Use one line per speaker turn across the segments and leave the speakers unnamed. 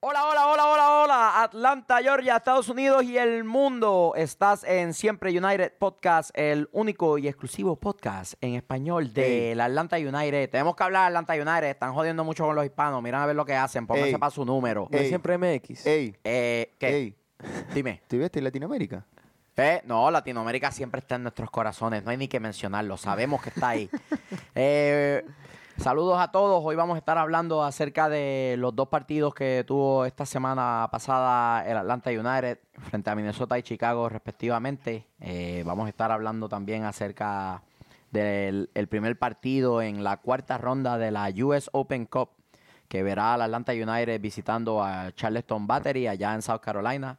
Hola, hola, hola, hola, hola. Atlanta, Georgia, Estados Unidos y el mundo. Estás en Siempre United Podcast, el único y exclusivo podcast en español de la Atlanta United. Tenemos que hablar de Atlanta United. Están jodiendo mucho con los hispanos. Miran a ver lo que hacen. Pónganse
Ey.
para su número.
Ey.
Siempre MX.
Ey,
Eh, ¿Qué?
ey,
Dime.
¿te viste en Latinoamérica?
Eh, no, Latinoamérica siempre está en nuestros corazones, no hay ni que mencionarlo, sabemos que está ahí. Eh, saludos a todos, hoy vamos a estar hablando acerca de los dos partidos que tuvo esta semana pasada el Atlanta United frente a Minnesota y Chicago respectivamente. Eh, vamos a estar hablando también acerca del el primer partido en la cuarta ronda de la US Open Cup que verá al Atlanta United visitando a Charleston Battery allá en South Carolina.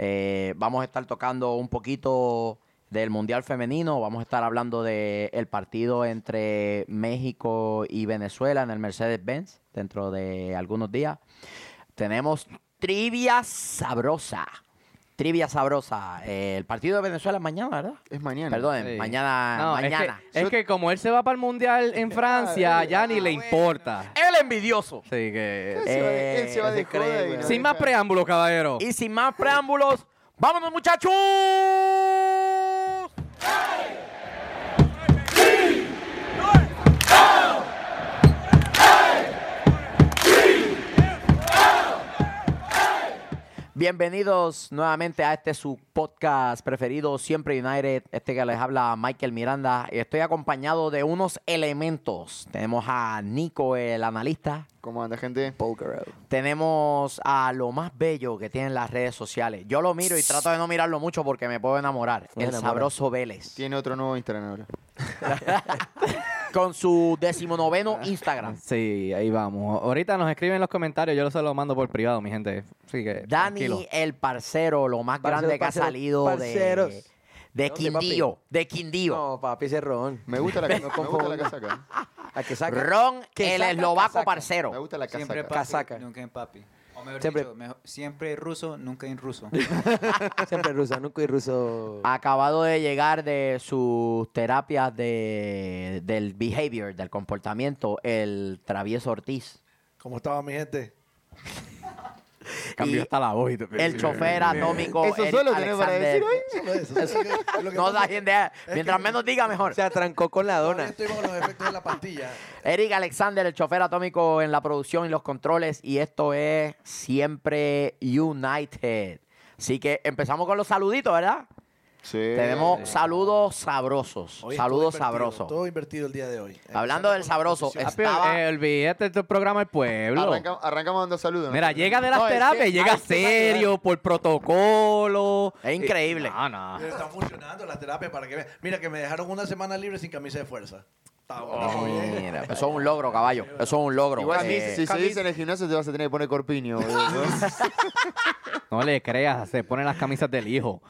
Eh, vamos a estar tocando un poquito del Mundial Femenino, vamos a estar hablando del el partido entre México y Venezuela en el Mercedes-Benz dentro de algunos días. Tenemos trivia sabrosa. Trivia sabrosa. Eh, el partido de Venezuela es mañana, ¿verdad?
Es mañana.
Perdón,
Sí.
mañana.
No, es que-
mañana. Ah,
Es que, como él se va para el mundial en Francia, ya ni le importa.
El envidioso.
Así que.
Él se va de,
Eh,
él se va
no
de
se
joda
cree,
y
güey.
no
Sin más
deja-
preámbulos, caballero.
Y sin más preámbulos, vámonos muchachos. Bienvenidos nuevamente a este su podcast preferido, Siempre United, este que les habla Michael Miranda. Y Estoy acompañado de unos elementos. Tenemos a Nico, el analista.
¿Cómo anda, gente?
Tenemos a lo más bello que tienen las redes sociales. Yo lo miro y trato de no mirarlo mucho porque me puedo enamorar.
Me
el
enamora.
sabroso Vélez.
Tiene otro nuevo Instagram ahora.
Con su decimonoveno Instagram.
Sí, ahí vamos. Ahorita nos escriben en los comentarios, yo se los mando por privado, mi gente. Así que.
Dani,
tranquilo.
el parcero, lo más
Parcero,
grande que
parcero,
ha salido
parceros.
de, de
¿Dónde,
Quindío. De Quindío.
No, papi, ese es Ron.
Me gusta la, me gusta la
confundas.
casaca. ¿eh?
A que saca.
Ron,
Que
el
saca
eslovaco
casaca.
Me
parcero.
gusta la
Siempre
casaca.
papi,
Casaca.
nunca en papi. O mejor
Siempre-
dicho, mejo- siempre ruso, nunca en ruso.
Siempre rusa, nunca y ruso.
Acabado de llegar de sus terapias de, del behavior, del comportamiento, el travieso Ortiz.
¿Cómo estaba mi gente?
Cambió hasta
la voz.
El chofer atómico.
Eso
Eric
solo tenés para
Alexander.
decir hoy.
Solo eso. es lo que- es lo que
No
pasa
da
es que
gente. ah, Mientras menos diga, mejor.
Se atrancó con la
todavía
dona.
Estoy con los efectos de la pastilla.
Eric Alexander, el chofer atómico en la producción y los controles. Y esto es Siempre United. Así que empezamos con los saluditos, ¿verdad?
Sí.
Tenemos saludos sabrosos.
Eh, Hoy estuvo
saludos
invertido,
sabrosos.
Todo invertido el día de hoy.
Hablando del sabroso,
Empezando por
Ah,
estaba-
eh, olvídate de este tu programa El Pueblo.
Arrancamos, arrancamos dando saludos. ¿no?
Mira, llega de las
No, es que-
terapias, y llega
ay, qué
serio, por protocolo.
Es increíble.
Ah,
la
no.
posición. Están funcionando las terapias para que vean. Mira, que me dejaron una semana libre sin camisa de fuerza. Está
Oh.
bueno. bien.
Mira, eso es un logro, caballo. Eso es un logro.
Igual,
Eh,
si, si seguís en el gimnasio, te vas a tener que poner corpiño. boludo.
No le creas, se ponen las camisas del hijo.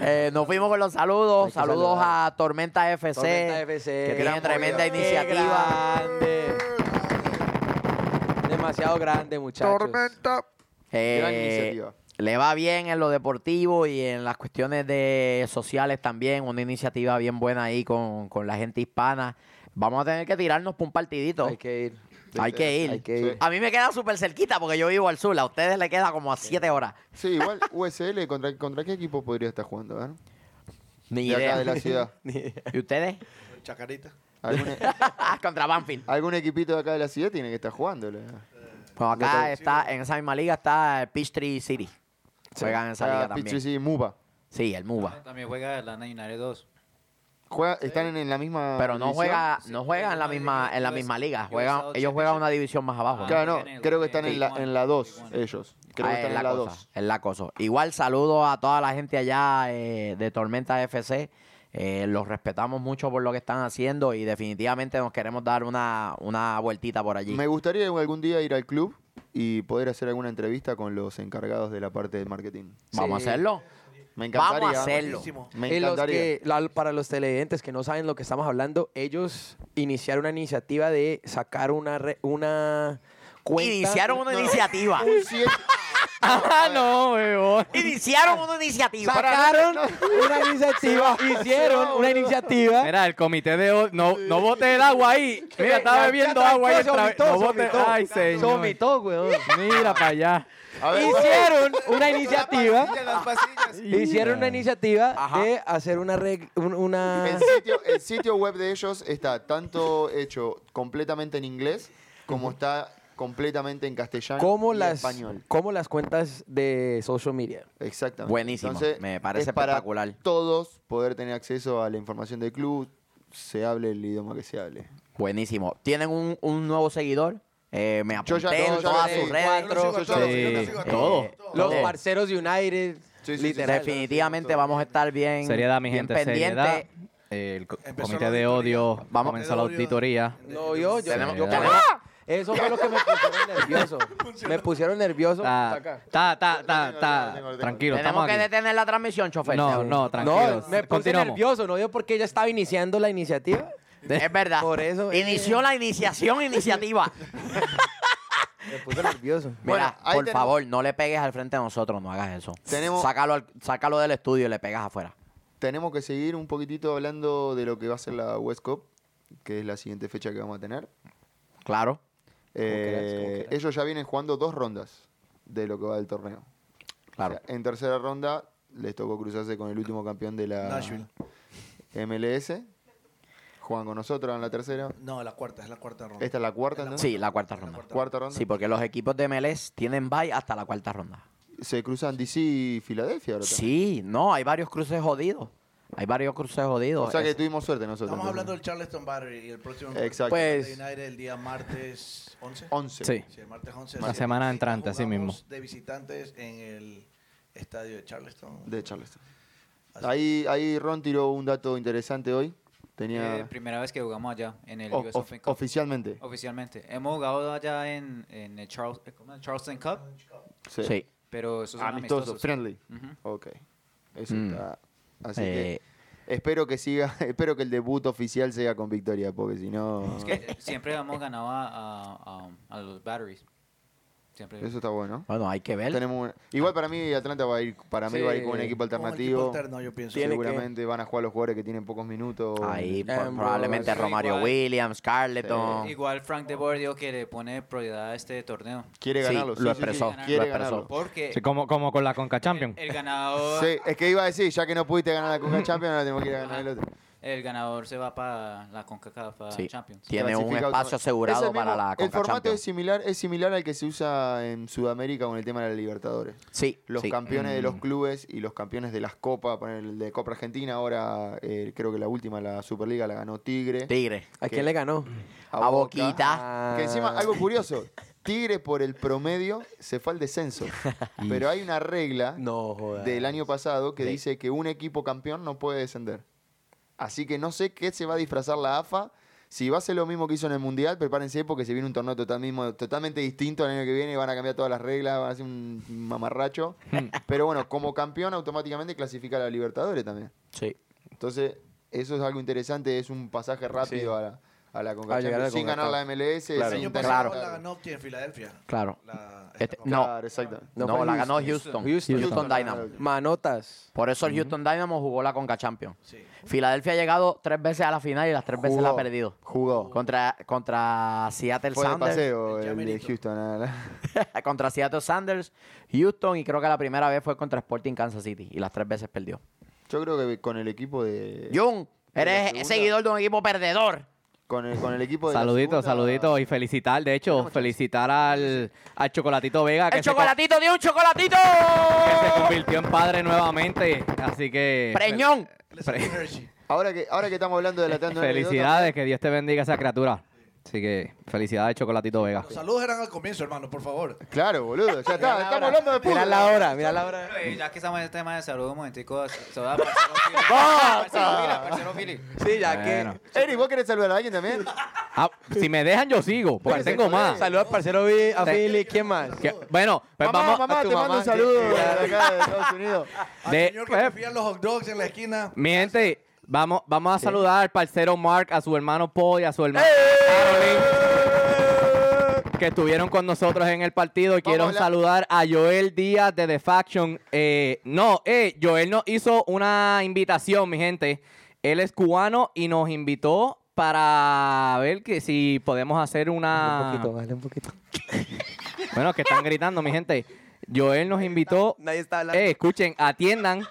Eh, nos fuimos con los
Hay
saludos.
que
Saludos
saludar.
a Tormenta FC.
Tormenta FC.
Que tiene
Gran
tremenda
movida.
iniciativa.
Qué grande. Demasiado grande, muchachos.
Eh,
Gran iniciativa.
Le va bien en lo deportivo y en las cuestiones de sociales también. Una iniciativa bien buena ahí con, con la gente hispana. Vamos a tener que tirarnos por un partidito.
Hay que ir.
Hay que ir.
Hay que ir.
A mí me queda súper cerquita porque yo vivo al sur. A ustedes le queda como a siete horas.
Sí, igual USL, ¿contra, ¿contra qué equipo podría estar jugando? a ver?
Ni
De acá
idea.
de la ciudad.
¿Y ustedes? Ah,
Chacarita.
¿Algún, e-,
Contra Banfield.
algún equipito de acá de la ciudad tiene que estar jugando.
Pues acá está, en esa misma liga está el Peachtree City. Juegan en esa liga
Pitchy,
también.
sí, Muba.
Sí, el Muba.
También juega Atlanta United 2.
Juega- están en, en la misma.
Pero no
Ah, división?
juega, no juegan en la
Madrid,
misma, en la
US-
misma liga.
US
Juegan, ellos juegan una división más abajo. ¿no?
Claro,
en
no,
el-
creo que están
en
en la,
Tijuana.
en la 2,
Tijuana.
ellos. Creo
Ah,
que están en la
cosa,
2.
Es la cosa. Igual saludo a toda la gente allá eh, de Tormenta FC. Eh, los respetamos mucho por lo que están haciendo y definitivamente nos queremos dar una, una vueltita por allí.
Me gustaría algún día ir al club y poder hacer alguna entrevista con los encargados de la parte de marketing.
Vamos
Sí.
a hacerlo.
Me encantaría.
Vamos a hacerlo.
Buenísimo.
Me
Y los
encantaría.
que- la- para los televidentes que no saben lo que estamos hablando, ellos iniciaron una iniciativa de sacar una, re- una cuenta.
Iniciaron una iniciativa.
Un siete-
Ah, no, weón.
Iniciaron una iniciativa.
Sacaron una iniciativa, hicieron una iniciativa.
Mira, el comité de... o- No, no bote el agua ahí. Mira, estaba
Ya- ya
bebiendo agua ahí
trancó,
otra
se
vez.
vomitó, se
No bote...
vomitó.
Ay,
Se
señor.
vomitó, weón.
Mira para allá.
A ver,
Hicieron una iniciativa.
Las pastillas.
Hicieron
Ah.
una iniciativa
Ajá.
de hacer una reg- un- una
el sitio, el sitio web de ellos está tanto hecho completamente en inglés como está completamente en castellano
como
y
las
español.
como las cuentas de social media.
Exactamente.
Buenísimo, me parece
es para
espectacular.
Todos poder tener acceso a la información del club, se hable el idioma que se hable.
Buenísimo. Tienen un, un nuevo seguidor. Eh, me
Yo
apunté
ya
en
no, ya
todas
no,
sus
eh,
redes.
Yo los sigo a todos,
Sí.
yo los sigo a
Eh,
todos.
todo.
Los
Sí.
parceros de United.
Sí, sí, sí,
literal.
Definitivamente vamos a estar bien,
Seriedad, mi
bien
gente,
pendiente.
seriedad. El co-
Empezó la
comité de
auditoría.
odio
Vamos-
comenzó la auditoría.
No, yo, yo,
Tenemos-
yo-
tenemos-
eso fue lo que me pusieron nervioso. Me pusieron nervioso.
Ah,
Ta,
Acá.
ta, ta, ta,
tengo, lo
ta.
tengo, lo tengo.
Tranquilo,
Tenemos
estamos
que
aquí.
detener la transmisión, chofer.
No,
seguro.
no,
No,
tranquilo.
me puse
Continuamos.
nervioso, no yo porque ella estaba iniciando la iniciativa.
Es verdad.
Por eso, eh.
Inició la iniciación, iniciativa.
Me puse nervioso.
Mira,
ahí
por
tenemos-
favor, no le pegues al frente de nosotros, no hagas eso.
Tenemos-
Sácalo, al- sácalo del estudio y le pegas afuera.
Tenemos que seguir un poquitito hablando de lo que va a ser la West Cup, que es la siguiente fecha que vamos a tener.
Claro.
Eh,
como quieras.
ellos ya vienen jugando dos rondas de lo que va del torneo.
Claro.
O sea, en tercera ronda les tocó cruzarse con el último campeón de la
Nashville.
MLS. Juegan con nosotros en la tercera.
No, la cuarta, es la cuarta ronda.
Esta es la cuarta, ¿no?
Sí, la cuarta ronda.
Cuarta ronda.
Sí, porque los equipos de MLS tienen bye hasta la cuarta ronda.
Se cruzan DC y Filadelfia ahora también.
Sí, no, hay varios cruces jodidos. Hay varios cruces jodidos.
O sea que
Es-
tuvimos suerte nosotros.
Estamos hablando
entonces.
del Charleston Battery y el próximo
Exacto.
partido
Pues-
de United el día martes 11.
11.
Sí.
Sí, el martes 11.
La
así es.
semana
Sí,
entrante, así
jugamos
mismo.
De visitantes en el estadio de Charleston.
De Charleston. Ahí, ahí Ron tiró un dato interesante hoy. Tenía
Eh, primera vez que jugamos allá en el
o-
US
of-
Open Cup.
oficialmente.
Oficialmente. Hemos jugado allá en, en el Charles- eh, ¿cómo es? Charleston Cup,
Sí.
sí.
pero esos son
Amistoso,
amistosos.
friendly.
Ujú.
Ok. Eso
Mm.
está. Así
Eh,
que espero que siga, espero que el debut oficial sea con victoria, porque si no.
Es que eh, siempre hemos ganado a, a- a- a los Batteries. Siempre.
Eso está bueno.
Bueno, hay que ver.
Tenemos un- Igual para mí Atlanta va a ir, para mí
Sí.
va a ir con un equipo
Con un
alternativo.
equipo alterno, yo pienso.
Tiene- que-
Seguramente van a jugar los jugadores que tienen pocos minutos.
Ahí por-
Ambrose,
probablemente
pero
Romario
igual-
Williams, Carleton.
Igual Frank de Boer dijo que le pone prioridad a este torneo.
Quiere
Sí,
ganarlo.
lo expresó,
lo
Quiere
expresó.
ganarlo.
Porque
Sí, como, como con la Conca Champions.
Eh,
el ganador
Sí, es que iba a decir, ya que no pudiste ganar la Coca Champions, ahora tenemos que ir a ganar el otro.
el ganador se va para la CONCACAF
Sí.
Champions.
Tiene un
Clasifica
espacio
automáticamente. Es
asegurado
el
para
mismo-
la
El
Conca
formato es
Champions.
similar, es similar al que se usa en Sudamérica con el tema de la Libertadores.
Sí,
Los
sí.
campeones de los
Mm,
clubes y los campeones de las copas, por ejemplo, el de Copa Argentina, ahora eh, creo que la última, la Superliga, la ganó Tigre.
Tigre.
¿A quién le ganó?
A Boquita.
Ah.
Que encima, algo curioso, Tigre por el promedio se fue al descenso. pero hay una regla
No, joder.
del año pasado que
Sí.
dice que un equipo campeón no puede descender. Así que no sé qué se va a disfrazar la AFA. Si va a ser lo mismo que hizo en el Mundial, prepárense porque se viene un torneo total mismo- totalmente distinto el año que viene. Van a cambiar todas las reglas, van a ser un mamarracho. Pero bueno, como campeón automáticamente clasifica a la Libertadores también.
Sí.
Entonces, eso es algo interesante. Es un pasaje rápido a la, a la Conca
A llegar a la
Champions, Sin
Conca
ganar la MLS.
El
sin
año
tener-
pasado la ganó ¿quién? en Filadelfia.
Claro.
La- esta
Este-
copa.
no,
Claro, exacto.
no,
No, fue
la
Houston.
ganó Houston.
Houston.
Houston,
Houston.
Dynamo.
Manotas.
Por eso el Houston Dynamo jugó la Conca Champions.
Sí.
Filadelfia ha llegado tres veces a la final y las tres veces la ha
Jugó,
perdido.
Jugó.
Contra, contra Seattle
Fue de
Sanders.
paseo
El
el de
llamerito.
Houston. a la-
contra Seattle Sanders, Houston y creo que la primera vez fue contra Sporting Kansas City y las tres veces perdió.
Yo creo que con el equipo de.
Jun,
¿y la
eres
segunda?
seguidor de un equipo perdedor.
Con el, con el
pues,
equipo de. la
Saluditos,
segunda-
saluditos. Y felicitar, de hecho, felicitar al, al Chocolatito Vega Ah, que
¡El
se, co-
chocolatito de un chocolatito!
que se convirtió en padre nuevamente. Así que.
¡Preñón!
Les salió Hershey.
Ahora que, ahora que estamos hablando de la tanda de
Felicidades, que Dios te bendiga esa criatura. Así que felicidades, Chocolatito Vega.
Los saludos eran al comienzo, hermano, por favor.
anécdota- Claro, boludo. Ya está. Estamos
Ahora,
hablando de
Mira
fútbol.
la hora, mira la hora.
Eh, Ya que estamos en el tema de salud, un momentico, se va a Parcero Philip. Parcero Philip, Parcero Philip.
Sí, ya
Bueno.
Eri, ¿vos querés saludar a alguien también?
Ah, si me dejan, yo sigo, porque tengo
que.
más.
Saludos al parcero Vi, a Philly, ¿quién más?
Que- bueno, pues
mamá,
vamos.
mamá,
a
te
tu
mando
mamá,
un saludo
sí,
de
claro.
acá de Estados Unidos.
Al
De-
señor que
eh.
te fía los hot dogs en la esquina.
Mi gente, vamos, vamos a saludar al parcero Mark, a su hermano Paul y a su hermano Carolyn. que estuvieron con nosotros en el partido. Y quiero
a hablar.
saludar a Joel Díaz de The Faction. Eh, no, eh, Joel nos hizo una invitación, mi gente. Él es cubano y nos invitó para ver que si podemos hacer
Un
una...
poquito, dale un poquito.
Bueno, que están gritando, mi gente. Joel nos invitó.
Nadie está hablando.
Eh, escuchen, atiendan.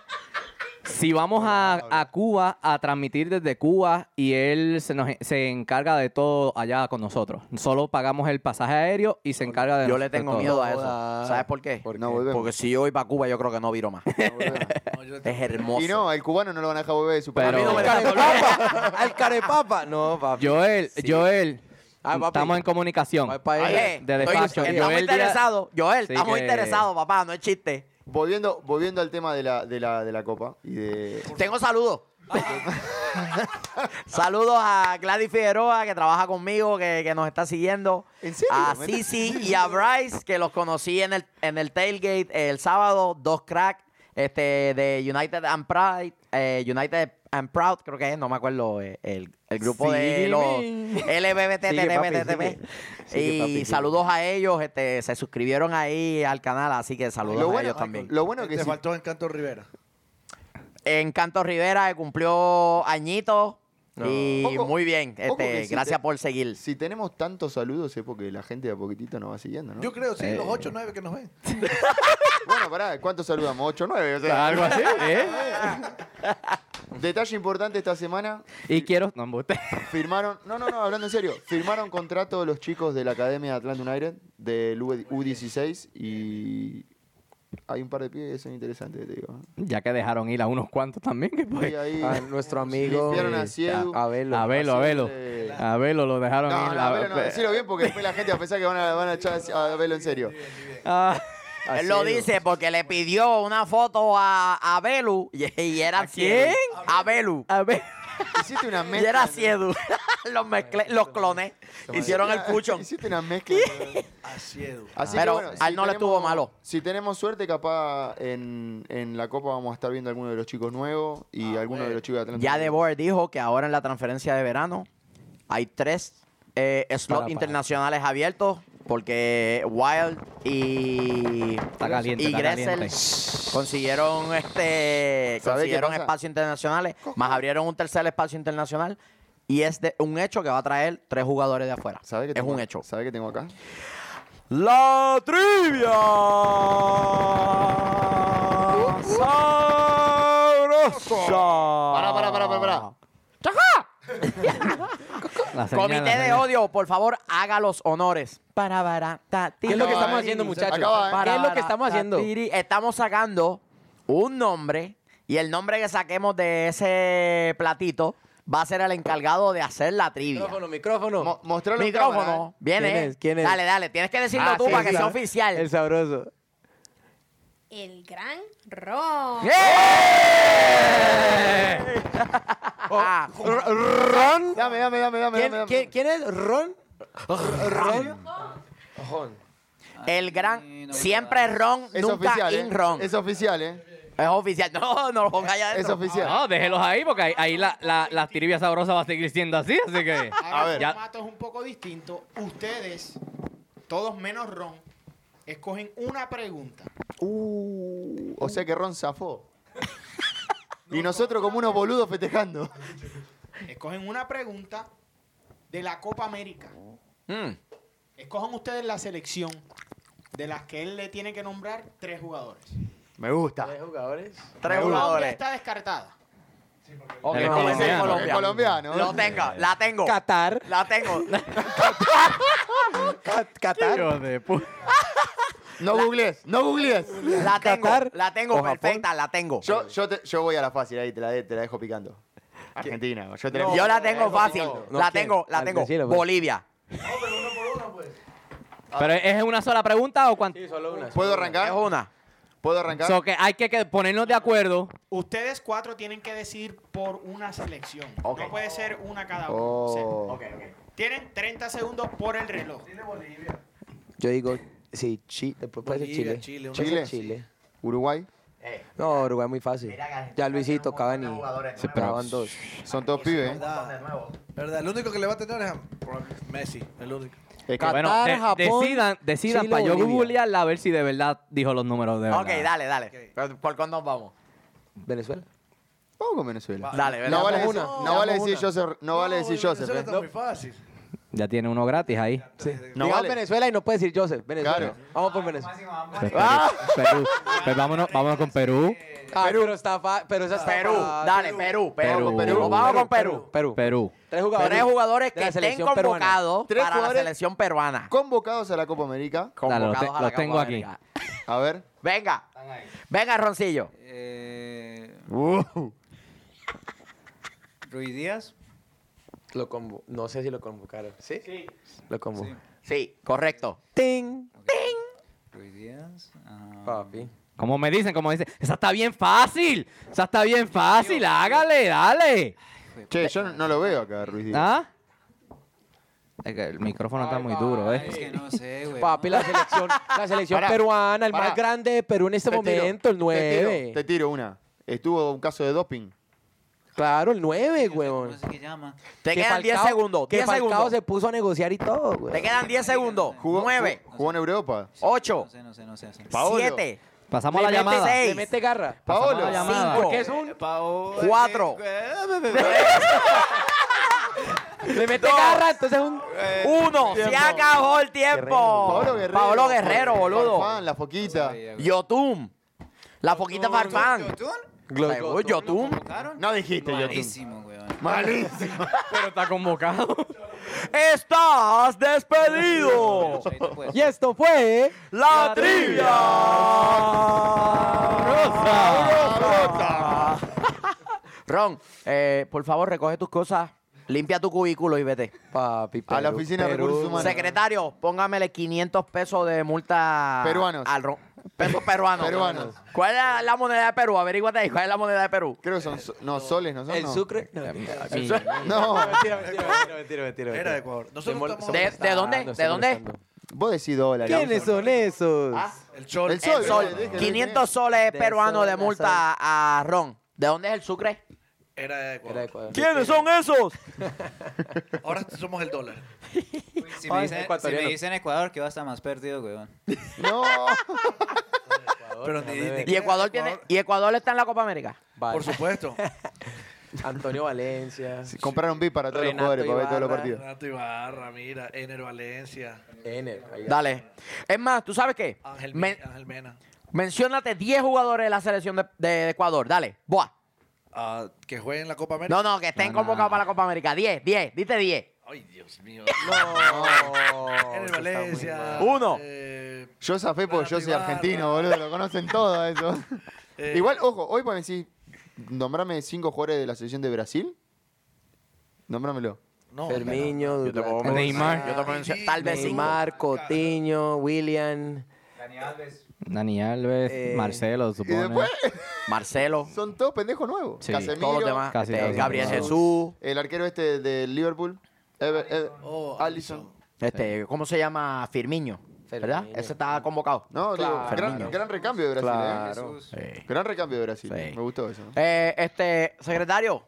Si vamos a, a Cuba a transmitir desde Cuba y él se, nos, se encarga de todo allá con nosotros. Solo pagamos el pasaje aéreo y se encarga de
Yo
nos-
le
de
tengo
todo.
miedo a
Joda.
eso. ¿Sabes por qué?
¿Por
No
qué?
volvemos.
Porque si yo voy para Cuba, yo creo que no viro más.
no volvemos.
No, yo
Es hermoso.
Y no, el cubano no lo van a dejar volver de su
Pero-
país.
A mí no me
dejan
carepapa! ¡Al carepapa! No, papi.
Joel, Joel,
Ah, papi.
estamos en comunicación.
Voy pa'
Oye,
ella.
de The
estoy-
Faction.
estamos
Joel Díaz-
interesados. Joel,
Sí
estamos
que-
interesados, papá, no es chiste.
Volviendo, volviendo al tema de la, de la, de la copa y de.
Tengo saludos. saludos a Gladys Figueroa, que trabaja conmigo, que, que nos está siguiendo.
¿En serio?
A Sisi y a Bryce, que los conocí en el, en el tailgate el sábado, dos cracks este, de United and Pride, eh, United and Proud, creo que es, no me acuerdo, eh, el, el grupo de
Sígueme.
los LBBT,
Sigue, papi,
TTB.
sigue. Sigue,
y
papi, sigue.
saludos a ellos, este, se suscribieron ahí al canal, así que saludos
Lo
a
bueno,
ellos también.
lo bueno
te
que sí.
faltó Encanto Rivera.
Encanto Rivera que cumplió añitos y
Ojo,
muy bien.
ojo que
Este,
sí,
gracias
te-
por seguir.
Si tenemos tantos saludos es porque la gente de a poquitito nos va siguiendo, ¿no?
Yo creo, sí,
Eh,
los 8 o 9 que nos ven.
Bueno, pará, ¿cuántos saludamos? ¿8 9? O sea,
Algo así, ¿eh?
detalle importante esta semana,
Y quiero... No, embuste.
firmaron, no, no, no, hablando en serio, firmaron contrato los chicos de la Academia de Atlanta United del U- U16 y hay un par de pies que son interesantes, te digo.
Ya que dejaron ir a unos cuantos también. Que pues,
Y ahí
A nuestro amigo.
limpiaron a Ciedu.
A verlo.
a verlo, a verlo.
Eh,
A verlo, lo dejaron
No,
ir.
no,
a-
Abelo no, decilo bien porque después la gente va a pensar que van a, van a echar a Abelo en serio.
Ah.
A
Él lo
Ciedu.
dice porque le pidió una foto a, a Belu y, y era Ciedu.
quién?
A Belu.
A ver.
Hiciste una
Y
mezcla.
era Ciedu. los mezclé, los cloné. Hicieron el puchón.
Hiciste una mezcla.
Así, Edu.
Así
Pero
que, bueno,
a él no le estuvo malo.
Si tenemos suerte, capaz en, en la Copa vamos a estar viendo alguno de los chicos nuevos y
Ah,
alguno de los chicos de Atlanta.
Ya De Boer dijo que ahora en la transferencia de verano hay tres eh, slots
para.
internacionales abiertos porque Wild y
Está caliente,
y
está
Gressel
caliente.
consiguieron este
qué
consiguieron
pasa?
espacios internacionales más abrieron un tercer espacio internacional y es de- un hecho que va a traer tres jugadores de afuera
¿Sabes qué
es
tengo-
un hecho
¿Sabes qué tengo acá?
la
Uh,
trivia sabrosa
Pará, pará, pará, pará, pará.
La señal, la
Comité de
señal.
odio, por favor, haga los honores. Para barata,
¿Qué es lo que
Acaba,
estamos
eh.
haciendo, muchachos?
Acaba, eh.
¿Qué es lo que estamos haciendo?
Estamos sacando un nombre y el nombre que saquemos de ese platito va a ser el encargado de hacer la trivia.
Micrófono, micrófono.
Mo- mostralo en
Micrófono,
cámara,
viene.
¿Quién es? ¿Quién es?
Dale, dale, tienes que decirlo
Ah,
tú
sí,
para que
sí.
sea oficial.
El sabroso.
El gran ron.
¡Eh! Ah,
¿eh? Dame, dame, dame, dame.
¿Quién,
dame, dame.
quién- quién es? ¿Ron? ¿Ron?
el
Ay,
gran
no,
siempre ron,
Es
nunca
oficial, ¿eh?
in ron.
Es oficial, ¿eh?
Es oficial. No, no lo pongas allá
Es
adentro.
oficial.
No, déjelos ahí porque ahí, ahí la, la, la trivia sabrosa va a seguir siendo así, así que...
A
Ahora
ver.
el formato es un poco distinto. Ustedes, todos menos Ron, escogen una pregunta.
Ah.
Uh, o sea que Ron zafó. y nosotros como unos boludos festejando.
Escogen una pregunta de la Copa América. Escojan ustedes la selección de las que él le tiene que nombrar tres jugadores.
Me gusta.
¿Tres jugadores?
Tres
Colombia
jugadores.
está descartada.
Ok,
Eres
como dice
colombiano.
Colombia.
Eres colombiano.
Lo tengo, la tengo.
Qatar.
La tengo.
Ca- Qatar.
Hijo de pu-
No googlees, no googlees.
La tengo.
Qatar
La tengo
o Japón.
perfecta, la tengo. Yo,
Yo, yo, te- yo voy a la fácil ahí, te la, de- te la dejo picando. Argentina. Yo te la,
la tengo fácil.
no
la
quiero.
tengo, la
Al
tengo.
decirlo, pues.
Bolivia.
Pero es una sola pregunta o cuánto...
Solo una.
¿Puedo
Es
arrancar?
una.
¿Puedo arrancar?
So que hay que, que ponernos de acuerdo.
Ustedes cuatro tienen que decidir por una selección. No puede ser una cada uno. O sea,
Oh.
tienen 30 segundos por el reloj.
Yo digo, sí, Chile. Después puede ser
Bolivia,
Chile.
Chile, un-
Puede ser
Chile.
Chile.
Uruguay.
Eh,
No, Uruguay es muy fácil. Ya Luisito, Cavani.
Sí,
pero-
Caban dos.
Son todos pibes. ¿eh?
¿Verdad? ¿Verdad? El único que le va a tener es a- por- Messi, el único.
Es que-
Qatar, bueno, de-
Japón,
decidan, decidan
Chile,
para yo
Bolivia.
googlearla a ver si de verdad dijo los números de verdad.
Ok, dale, dale. Pero, ¿Por cuándo vamos?
Venezuela.
Vamos con Venezuela.
Dale,
no
¿verdad?
vale,
Damos
decir,
una,
no vale
damos
decir
una.
Joseph. No vale decir Joseph.
Venezuela
eh.
está muy fácil.
Ya tiene uno gratis ahí.
No
Diga
vale.
Venezuela y no puede decir Joseph. Venezuela.
Claro.
Vamos por Venezuela.
Máximo, vamos.
Pues, Perú, Perú. Pues vámonos, vámonos con Perú.
Ah, pero está fa- pero esa está
Perú,
para-
dale, Ah, Perú, Perú.
Perú.
Vamos con Perú.
Perú.
Perú.
Tres jugadores.
Tres jugadores
de
que
la
estén
selección peruana.
convocados
Tres
para la
jugadores-
selección peruana.
Convocados a la Copa América.
Dale, lo
Convocados
te-
a la
lo
Copa
tengo aquí.
América.
A ver.
Venga, venga, Roncillo.
Eh, Ruiz Díaz.
Lo convo- No sé si lo convocaron. ¿Sí? Sí. Lo
Sí.
convocaron.
Sí, correcto.
Ting.
Ruiz Díaz. ah,
Papi.
Como me dicen, como dicen. Esa está bien fácil. Esa está bien fácil. Hágale, dale.
Che, yo no- no lo veo acá, Ruiz Díaz.
¿Ah? Es que El micrófono está muy duro,
ay, Es
¿eh?
que no sé, güey.
Papi, la selección, la selección
Pará,
peruana, el
pará.
más grande de Perú en este
Te tiro,
momento, el
te tiro,
9.
Te tiro una. Estuvo un caso de doping.
Claro, el 9,
No
weón.
sé qué llama.
Te
Que
quedan 10
Falcao-
segundos.
Que
10
Falcao
segundos.
se puso a negociar y todo,
Te
weón.
quedan 10 segundos.
Jugó,
9,
jugó- jugó en Europa.
No
8,
sé, no sé, no sé. no sé.
Paolo.
7,
Pasamos a la
Le mete
llamada.
seis.
Le mete garra.
Paolo.
la llamada.
Cinco.
Porque es un...
Paolo.
Cuatro.
Le mete garra, entonces es un...
Uno, se
Tiempo.
acabó el tiempo.
Paolo Guerrero.
Paolo Guerrero, boludo.
Farfán, la foquita.
Yotum. La foquita Farfán. Seguro, Yotum.
No dijiste Yotun.
Malísimo, güey.
Pero está convocado.
Estás despedido.
Y esto fue...
La trivia. Ron, eh, por favor, recoge tus cosas, limpia tu cubículo y vete.
Papi,
A la
Perú,
oficina de
Perú.
recursos humanos.
Secretario, póngamele 500 pesos de multa.
Peruanos.
Al Ron. Pesos peruanos.
Peruanos.
¿Cuál es la, la moneda de Perú? Averíguate ahí. ¿Cuál es la moneda de Perú?
Creo que son. so- No, soles, ¿no son?
El
no.
Sucre... No,
No.
Era de Ecuador. Nosotros estamos...
¿De, de dónde? ¿De dónde?
Vos decís dólares.
¿Quiénes son esos?
El sol.
El sol.
El sol.
Dije, dije.
500 soles
De
peruanos
sol,
de
de
multa
sol.
a Ron. ¿De dónde es el Sucre?
Era de Ecuador.
Era de Ecuador.
¿Quiénes son esos?
Ahora somos el dólar.
Si me, dicen, si me
ecuatoriano.
dicen Ecuador, que va a estar más perdido, güey.
No.
Pero ni, ni
¿Y Ecuador, tiene, ¿Y Ecuador está en la Copa América?
Vale.
Por supuesto.
Antonio Valencia.
Sí, Compraron VIP para todos los
Renato
jugadores, para ver todos los
Ibarra.
partidos.
Renato Ibarra, mira. Ener Valencia.
Ener. ahí está.
Dale. Es más, ¿tú sabes qué?
Ángel,
Men-
Me- Ángel Mena.
menciónate 10 jugadores de la selección de, de Ecuador. Dale. Boa.
Ah, que jueguen la Copa América.
No, no, que estén convocados para la Copa América. 10, 10. Dite 10.
Ay, Dios mío.
No.
Ener
eso está muy
Valencia.
mal.
Uno.
eh,
Yo zafé porque yo soy
Renato Ibarra.
argentino, boludo. Lo conocen todos a eso.
eh,
Igual, ojo, hoy pueden decir. Nombrame cinco jugadores de la selección de Brasil. Nómbramelo.
No,
Fermiño,
Yo te puedo
Dudamel,
Neymar.
Yo te puedo mencionar. Tal vez cinco.
Neymar, Cotiño, William.
Dani Alves.
Dani Alves,
Eh,
Marcelo,
Y
supone.
después
Marcelo.
son todos pendejos nuevos.
Sí.
Casemiro,
Todos los demás.
Casi
este,
todos.
Gabriel Jesús.
El arquero este de Liverpool. Ever- Ever-
Oh,
Alisson.
Este, ¿Cómo se llama? Firmiño. ¿Verdad?
Firmino.
Ese está convocado.
No, digo,
Claro.
gran,
Firmino.
gran recambio de Brasil.
Claro.
¿eh?
Sí.
Gran recambio de Brasil.
Sí.
Me gustó eso.
Eh, este, secretario.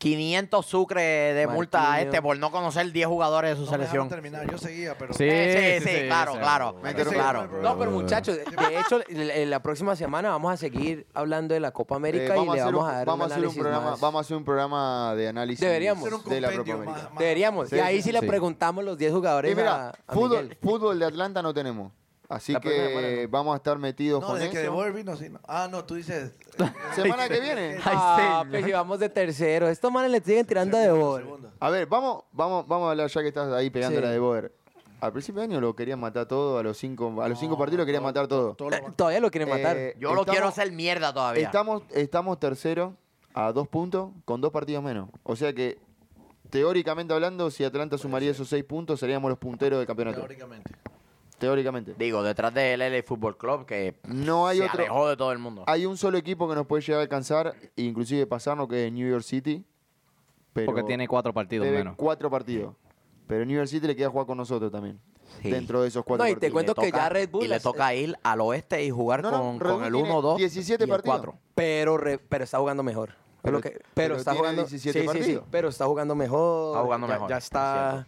500 sucre de multa a
Marquinhos.
este por no conocer 10 jugadores de su
no me dejaron
selección.
terminar. Yo seguía, pero...
Sí,
Eh, sí,
sí,
sí,
sí,
claro,
sí.
claro.
Me
claro.
interesa el programa.
No, pero muchachos, de hecho, en- en la próxima semana vamos a seguir hablando de la Copa
Eh,
América y
vamos,
le
a hacer
vamos
un,
a dar
vamos a
un
hacer un
análisis
programa,
más.
vamos a hacer un programa de análisis
Deberíamos.
Hacer un
de la Copa
compendio
América.
más- más-
Deberíamos.
Sí,
y ahí
sí,
sí, le
sí.
preguntamos los 10 jugadores
Y mira,
a,
Eh,
a
fútbol,
Miguel.
fútbol de Atlanta no tenemos. Así
La próxima
que
semana
vamos a estar metidos
No,
con
desde que
eso.
devuelve vino, sí. no. Ah, no, tú dices...
Semana que viene.
Ah, pues si vamos de tercero. Estos manes le siguen tirando de
Segundo,
gol.
segundo.
A ver, vamos, vamos, vamos a hablar ya que estás ahí pegando
Sí.
la de Boer. Al principio de año lo querían matar todo, a los cinco, a los cinco partidos lo querían matar todo.
Todo lo-
Todavía lo quieren matar.
Eh,
Yo lo
estamos-
quiero hacer mierda todavía.
Estamos, estamos tercero a dos puntos con dos partidos menos. O sea que, teóricamente hablando, si Atlanta sumaría esos seis puntos, seríamos los punteros del campeonato.
Teóricamente.
Teóricamente.
Digo, detrás del LA Football Club que
No hay
se
otro.
alejó de todo el mundo.
Hay un solo equipo que nos puede llegar a alcanzar, e inclusive pasarnos, que es New York City. Pero
Porque tiene cuatro partidos
debe
menos.
cuatro partidos. Pero New York City le queda jugar con nosotros también.
Sí.
Dentro de esos cuatro
No, y te
partidos.
cuento
Le
que
toca-
ya Red Bull.
Y le
las-
toca ir al oeste y jugar
No, no,
con,
Red
con
Bull
el
tiene
1, 2
17
y el
partidos.
4.
Pero, re- pero está jugando mejor. Pero,
Pero-
que- pero
pero
está
tiene
jugando.
17
sí, sí, sí,
partidos.
pero está jugando mejor.
Está jugando
ya-
mejor,
Ya
es
está.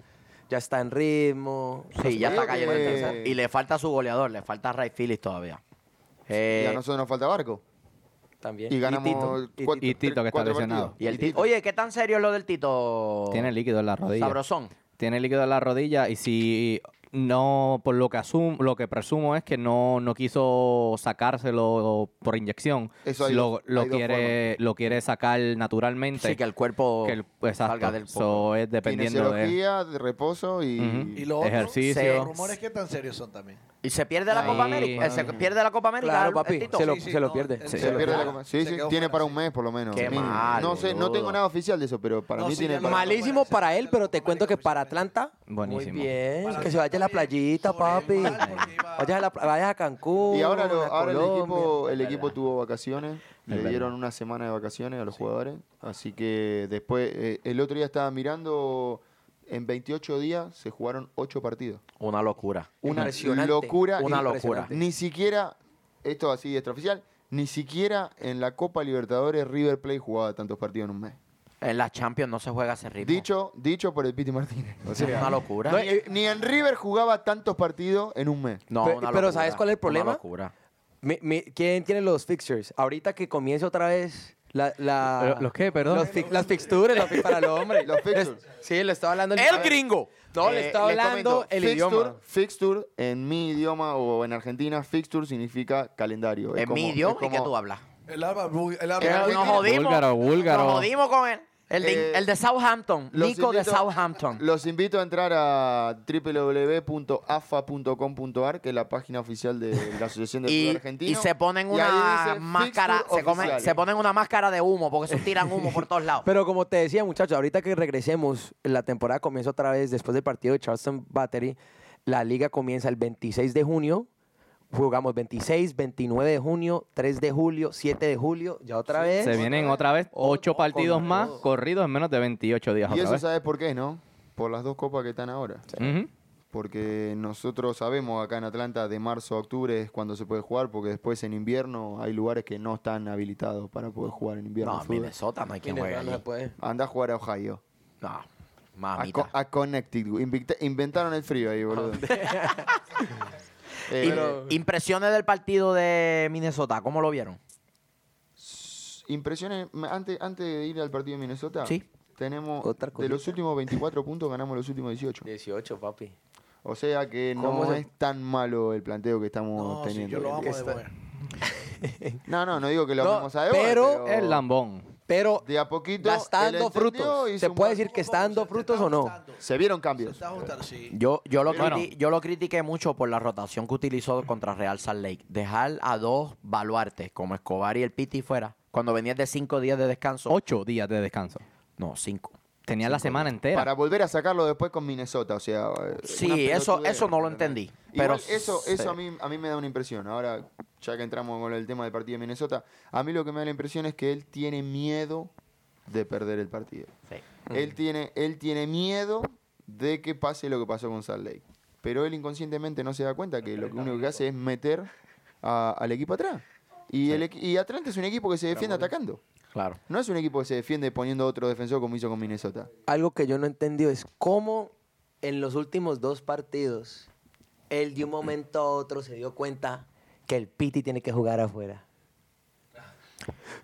ya está en ritmo.
Sí, ya
Creo
está cayendo.
que-
el tercer. Y le falta su goleador, le falta Ray Phillips todavía. Eh,
y a nosotros nos falta barco.
También.
Y ganamos
Tito.
cuatro-
Y Tito, que está
cuatro
lesionado.
partidos.
y el Tito- Oye, ¿qué tan serio es lo del Tito?
Tiene líquido en la rodilla.
Sabrosón.
Tiene líquido en la rodilla y si no, por lo que asum- lo que presumo es que no, no quiso sacárselo por inyección.
Eso hay
lo,
dos-
lo
hay dos
quiere, lo quiere sacar naturalmente.
Sí, que el cuerpo
que el- exacto.
salga del pozo.
So, es dependiendo de
Kinesiología, de reposo y...
Ujú.
Y lo otro,
Ejercicio.
los rumores que tan serios son también.
¿Y se pierde la
Ay,
Copa América? Eh, ¿Se
mano.
pierde la Copa América?
Claro,
el-
papi,
el Tito?
se lo,
Sí, sí,
se lo
no,
pierde.
en
se
Se
serio.
lo
pierde la
Ah,
Copa- Sí,
se
sí,
quedó
tiene
fuera,
para
sí.
un mes por lo menos.
Qué
mínimo.
mal,
no sé, no
boludo.
tengo nada oficial de eso, pero para
No,
mí
sí,
tiene
ya
para-
lo-
Malísimo para él, pero te cuento que para Atlanta.
Buenísimo.
Muy bien.
Para
que se vaya a la
Atlanta bien,
playita, papi.
sobre el mal, porque iba-
Vayas a, la, pla- vayas a Cancún.
Y ahora, lo-
a
ahora el
Colombia.
equipo, el equipo tuvo vacaciones, le
verdad.
dieron una semana de vacaciones a los jugadores, así que después, eh, el otro día estaba mirando, en 28 días se jugaron 8 partidos.
Una locura.
Una
Impresionante.
locura.
Una
y-
locura.
Ni siquiera, esto así extraoficial, ni siquiera en la Copa Libertadores River Play jugaba tantos partidos en un mes.
En la Champions no eh, se juega ese ritmo.
Dicho, dicho por el Piti Martínez. O
Es una
sea,
locura.
ni, ni en River jugaba tantos partidos en un mes.
No,
Pe-
una
pero
locura,
¿sabes cuál es el
una
problema?
locura.
Mi- mi- ¿Quién tiene los fixtures? Ahorita que comience otra vez la... la
¿Los qué, perdón?
los fi- las fixtures, los fi- para el hombre.
Los fixtures.
Les- Sí, le estaba hablando...
¡El gringo!
No,
Eh,
le estaba
les
hablando
comento,
el
fixture-
idioma.
Fixture, en mi idioma o en Argentina, fixture significa calendario. Es
En
como-
mi
es
idioma y
como-
que tú hablas.
El arma, bu- el
Eh,
arma.
Pero
Argentina-
nos jodimos.
Búlgaro, búlgaro.
Nos jodimos con él. El de,
Eh,
el de Southampton.
los
Nico de
invito-
Southampton.
Los invito a entrar a www.afa.com.ar, que es la página oficial de la Asociación de
Y,
Fútbol Argentino.
y se ponen
Y ahí
una
dice fixture
máscara, se, comen-
oficial.
se ponen una máscara de humo porque se tiran humo por todos lados.
Pero como te decía, muchachos, ahorita que regresemos, la temporada comienza otra vez después del partido de Charleston Battery. La liga comienza el 26 de junio. Jugamos 26, 29 de junio, 3 de julio, 7 de julio, ya otra vez.
Se vienen otra vez ocho partidos
con-
más corridos en menos de 28 días.
Y
otra
eso
vez.
sabes por qué, ¿no? Por las dos copas que están ahora.
Ujú.
Porque nosotros sabemos acá en Atlanta de marzo a octubre es cuando se puede jugar, porque después en invierno hay lugares que no están habilitados para poder jugar en invierno.
No,
al
en
fútbol.
Minnesota no hay quien juegue allí.
Anda a jugar a Ohio. Ah,
No,
A,
mamita.
Co- a Connecticut. Invicta- inventaron el frío ahí, boludo. Eh,
Im- Eh, Impresiones del partido de Minnesota, ¿cómo lo vieron?
Impresiones, me- antes, antes de ir al partido de Minnesota,
Sí.
tenemos
Otra
de
cosita.
los últimos 24 puntos ganamos los últimos 18.
18, papi.
O sea que no
¿Cómo se-
es tan malo el planteo que estamos
No, sí,
teniendo.
yo lo amo de
Está-
Boer.
no, no, no digo que lo
No,
vamos a devolver,
pero-
El lambón.
Pero
de a poquito
ya está
él
dando
entendió,
frutos.
hizo
¿Se
un
puede
par-
decir que está dando frutos o no?
se vieron
Se
cambios.
está ajustando, sí.
Yo, yo, lo
Bueno.
criti- yo lo critiqué mucho por la rotación que utilizó contra Real Salt Lake. Dejar a dos baluartes, como Escobar y el Piti, fuera. Cuando venías de cinco días de descanso.
Ocho días de descanso.
No, cinco.
Tenía la semana entera.
Para volver a sacarlo después con Minnesota, o sea... eh, una
Sí, eso,
pelotudez,
eso no lo
¿entendés?
entendí.
Igual
pero
eso,
sí.
eso a, mí, a mí me da una impresión. Ahora, ya que entramos con el tema del partido de Minnesota, a mí lo que me da la impresión es que él tiene miedo de perder el partido.
Sí. Mm.
Él, tiene, él tiene miedo de que pase lo que pasó con Salt Lake. Pero él inconscientemente no se da cuenta que lo que único que hace es meter a- al equipo atrás. Y, el, equi- y Atlanta es un equipo que se defiende atacando.
Claro.
No es un equipo que se defiende poniendo otro defensor como hizo con Minnesota.
Algo que yo no he entendido es cómo en los últimos dos partidos, él de un momento a otro se dio cuenta que el Piti tiene que jugar afuera.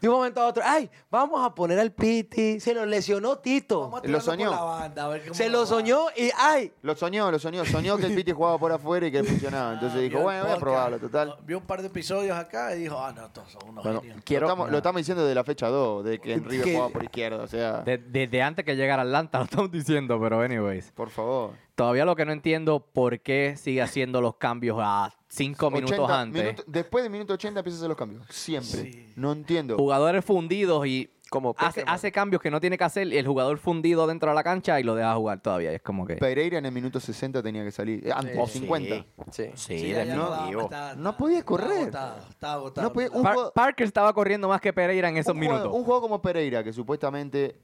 De un momento a otro, ay, vamos a poner al Piti, se lo lesionó
Vamos a
Tito.
Lo
tirarlo por
soñó.
la banda, a ver cómo
Se
nos
lo
va.
soñó y ay,
Lo soñó, lo soñó. Soñó que el Piti jugaba por afuera y que funcionaba. Entonces
Vio
dijo,
el
bueno, voy a
podcast,
probarlo, total.
no, Vio un par de episodios acá y dijo, ah, no, estos son unos
Bueno,
genios.
quiero.
lo, estamos, lo estamos diciendo de la fecha 2, de que en River
Que-
jugaba por izquierda. O sea,
De- Desde antes que llegara Atlanta, lo estamos diciendo, pero anyways.
por favor.
Todavía lo que no entiendo por qué sigue haciendo los cambios a cinco minutos
80
antes.
minuto- después de minuto 80 empieza a hacer los cambios. Siempre.
Sí.
No entiendo.
Jugadores fundidos y
Como
hace,
Pokémon.
hace cambios que no tiene que hacer y el jugador fundido dentro de la cancha y lo deja jugar todavía. Y es como que...
Pereira en el minuto 60 tenía que salir. eh, antes, o
Sí.
50.
Sí.
Sí,
Sí, allá
definitivo.
estaba- estaba-
No podía
estaba
correr.
agotado, estaba agotado.
No podía- un
Par-
jugador-
Parker estaba corriendo más que Pereira en esos
un
minutos.
Juego, un juego como Pereira, que supuestamente,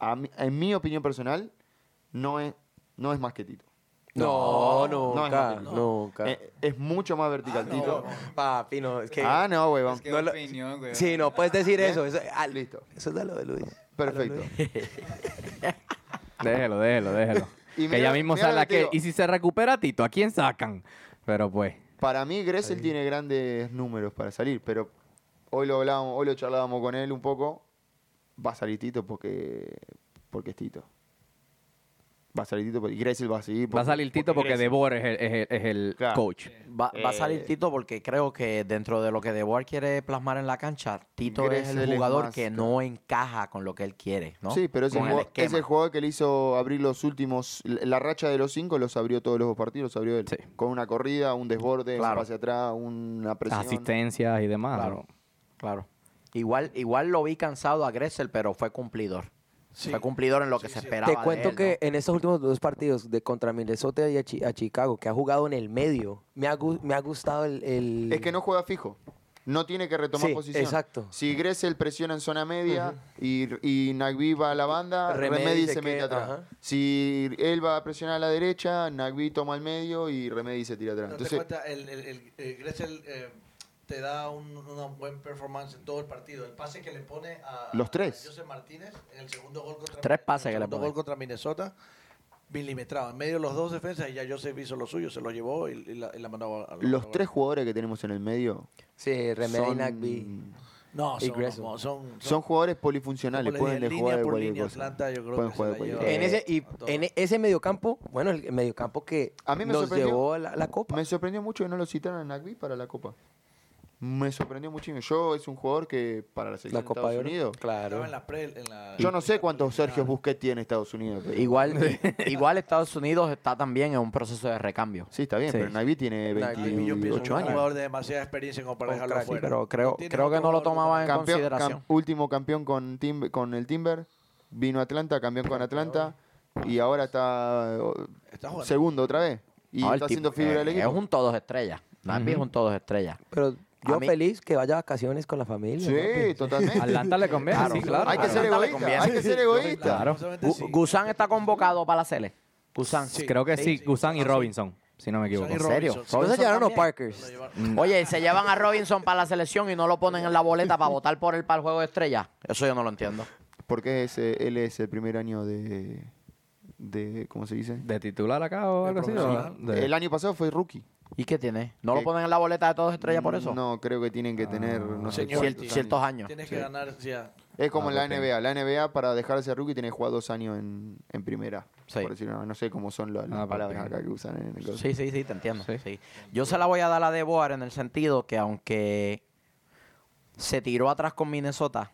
a mi- en mi opinión personal, no es, no es más que Tito.
No,
nunca,
nunca, nunca.
Eh, es mucho más vertical, Tito.
Papi, Ah, no, es que...
Ah, no, huevón.
Es que
No lo-
opinión, güey.
Sí, no puedes decir eso. Eso, ah,
Listo.
eso es de lo de Luis.
Perfecto.
Déjelo, déjelo, déjelo.
Y
que
mira-
ya mismo
mira
sale
lo que te
aquel.
digo.
Y si se recupera Tito, ¿a quién sacan? Pero pues.
Para mí, Gressel tiene grandes números para salir, pero hoy lo hablábamos, hoy lo charlábamos con él un poco. Va a salir Tito porque, porque es Tito. Va a salir Tito porque- y Gressel va a seguir.
Va a
porque-
salir Tito porque
Gressel-
Debor es el, es el- es el
Claro.
coach.
Va, va a salir
Eh.
Tito porque creo que dentro de lo que Deboer quiere plasmar en la cancha, Tito es
Gressel
el
es
jugador
más,
que
claro.
no encaja con lo que él quiere, ¿no?
Sí, pero ese
Con el
jugador,
esquema.
ese jugador que le hizo abrir los últimos, la racha de los cinco los abrió todos los partidos, los abrió él.
Sí.
Con una corrida, un desborde, un
Claro.
pase atrás, una presión.
Asistencias y demás.
Claro.
¿no?
Claro. Igual, igual lo vi cansado a Gressel, pero fue cumplidor. Fue cumplidor en lo que se esperaba.
Te
de
cuento
él,
que en estos últimos dos partidos de contra Minnesota y a, Chi- a Chicago, que ha jugado en el medio, me ha, gu- me ha gustado el, el-
Es que no juega fijo. No tiene que retomar
Sí,
posición.
exacto.
Si Gressel presiona en zona media y, y Nagby va a la banda, Remedi,
Remedi
se,
se
mete
queda,
atrás.
ajá.
Si él va a presionar a la derecha, Nagby toma al medio y Remedi se tira atrás.
¿No te
Entonces,
cuenta, el, el, el, eh, Gressel eh, te da un, una buen performance en todo el partido. El pase que le pone a,
Los tres.
a José Martínez en el segundo gol contra
Tres pases
en el
que le
segundo
pone.
gol contra Minnesota, milimetrado. En medio de los dos defensas y ya Joseph hizo lo suyo, se lo llevó y, y la, y la mandó a, a-
los tres jugadores que tenemos en el medio
Sí, Remedy
son,
Nagby.
No,
y
son,
Gressel.
no, son,
son jugadores polifuncionales.
Como les
Pueden
dije, línea
jugar de
por
cualquier
línea,
cosa.
Atlanta, yo creo
Pueden
que
jugar de
se la
cualquier
lleva.
cosa.
En ese, y
a todos.
en ese mediocampo, bueno, el mediocampo que
A mí me
nos
sorprendió.
llevó a la, la copa.
Me sorprendió mucho que no lo citaran a Nagby para la Copa. Me sorprendió muchísimo. Yo es un jugador que para la selección
la
de
Copa de
Estados
Oro.
Unidos.
Claro.
Estaba en la pre- en la-
Yo no sé cuántos
preliminar.
Ah.
Sergio Busquets tiene Estados Unidos. pero-
Igual, igual Estados Unidos está también en un proceso de recambio.
Sí, está bien,
Sí.
pero Nagby tiene
Nagby,
Ah, y yo pienso que
28
es un
años.
jugador de demasiada experiencia como para
Un
dejarlo
crack, sí,
fuera.
Pero creo,
tiene
creo que
otro
no lo
jugador
tomaba en
como-
Campeón-
consideración.
cam- último campeón con, Tim- con el Timber. Vino a Atlanta, campeón con Atlanta. Y ahora está eh,
Oh,
Está jugando.
segundo otra vez. Y
No, el
está haciendo
tipo-
fibra del
eh,
equipo.
Es un todos estrellas. Nagby es un todos estrellas.
Pero yo
mí-
feliz que vaya a vacaciones con la familia.
Sí,
¿no?
totalmente.
Atlanta le conviene,
Claro.
sí, claro.
hay que ser
Atlanta le
egoísta.
conviene.
Hay que ser egoísta.
Claro.
Justamente
Gu-
sí.
Gusán está convocado para la Sele. Gusán.
Sí.
Creo que sí,
sí.
Gusán y
Ah, sí.
Robinson, si no me equivoco.
¿En serio?
Robinson, sí.
No se
Robinson
llevaron
también.
los
Mm.
Parkers.
Lo llevaron.
Oye, ¿y se llevan a Robinson para la selección y no lo ponen en la boleta para votar por él para el juego de estrella. Eso yo no lo entiendo.
Porque ese, él es el primer año de, de ¿cómo se dice?
¿De titular acá o algo así? o
profesional.
de-
El año pasado fue rookie.
¿Y qué tiene? ¿No lo
¿Qué?
ponen en la boleta de todos estrella por eso?
No, creo que tienen que
Ah.
tener no sé,
Señor,
ciertos
Cier-
sí.
ciertos años.
Tienes que ganar, o sea,
Es como
Ah,
en la
ok.
NBA. La NBA, para dejarse rookie, tiene que jugar dos años en, en primera.
Sí.
Por decirlo, no sé cómo son las, las
Ah,
palabras
perfecto.
acá que usan en el coso.
Sí, sí, sí, te entiendo.
Sí.
sí. Yo se la voy a dar a Deboar en el sentido que aunque se tiró atrás con Minnesota,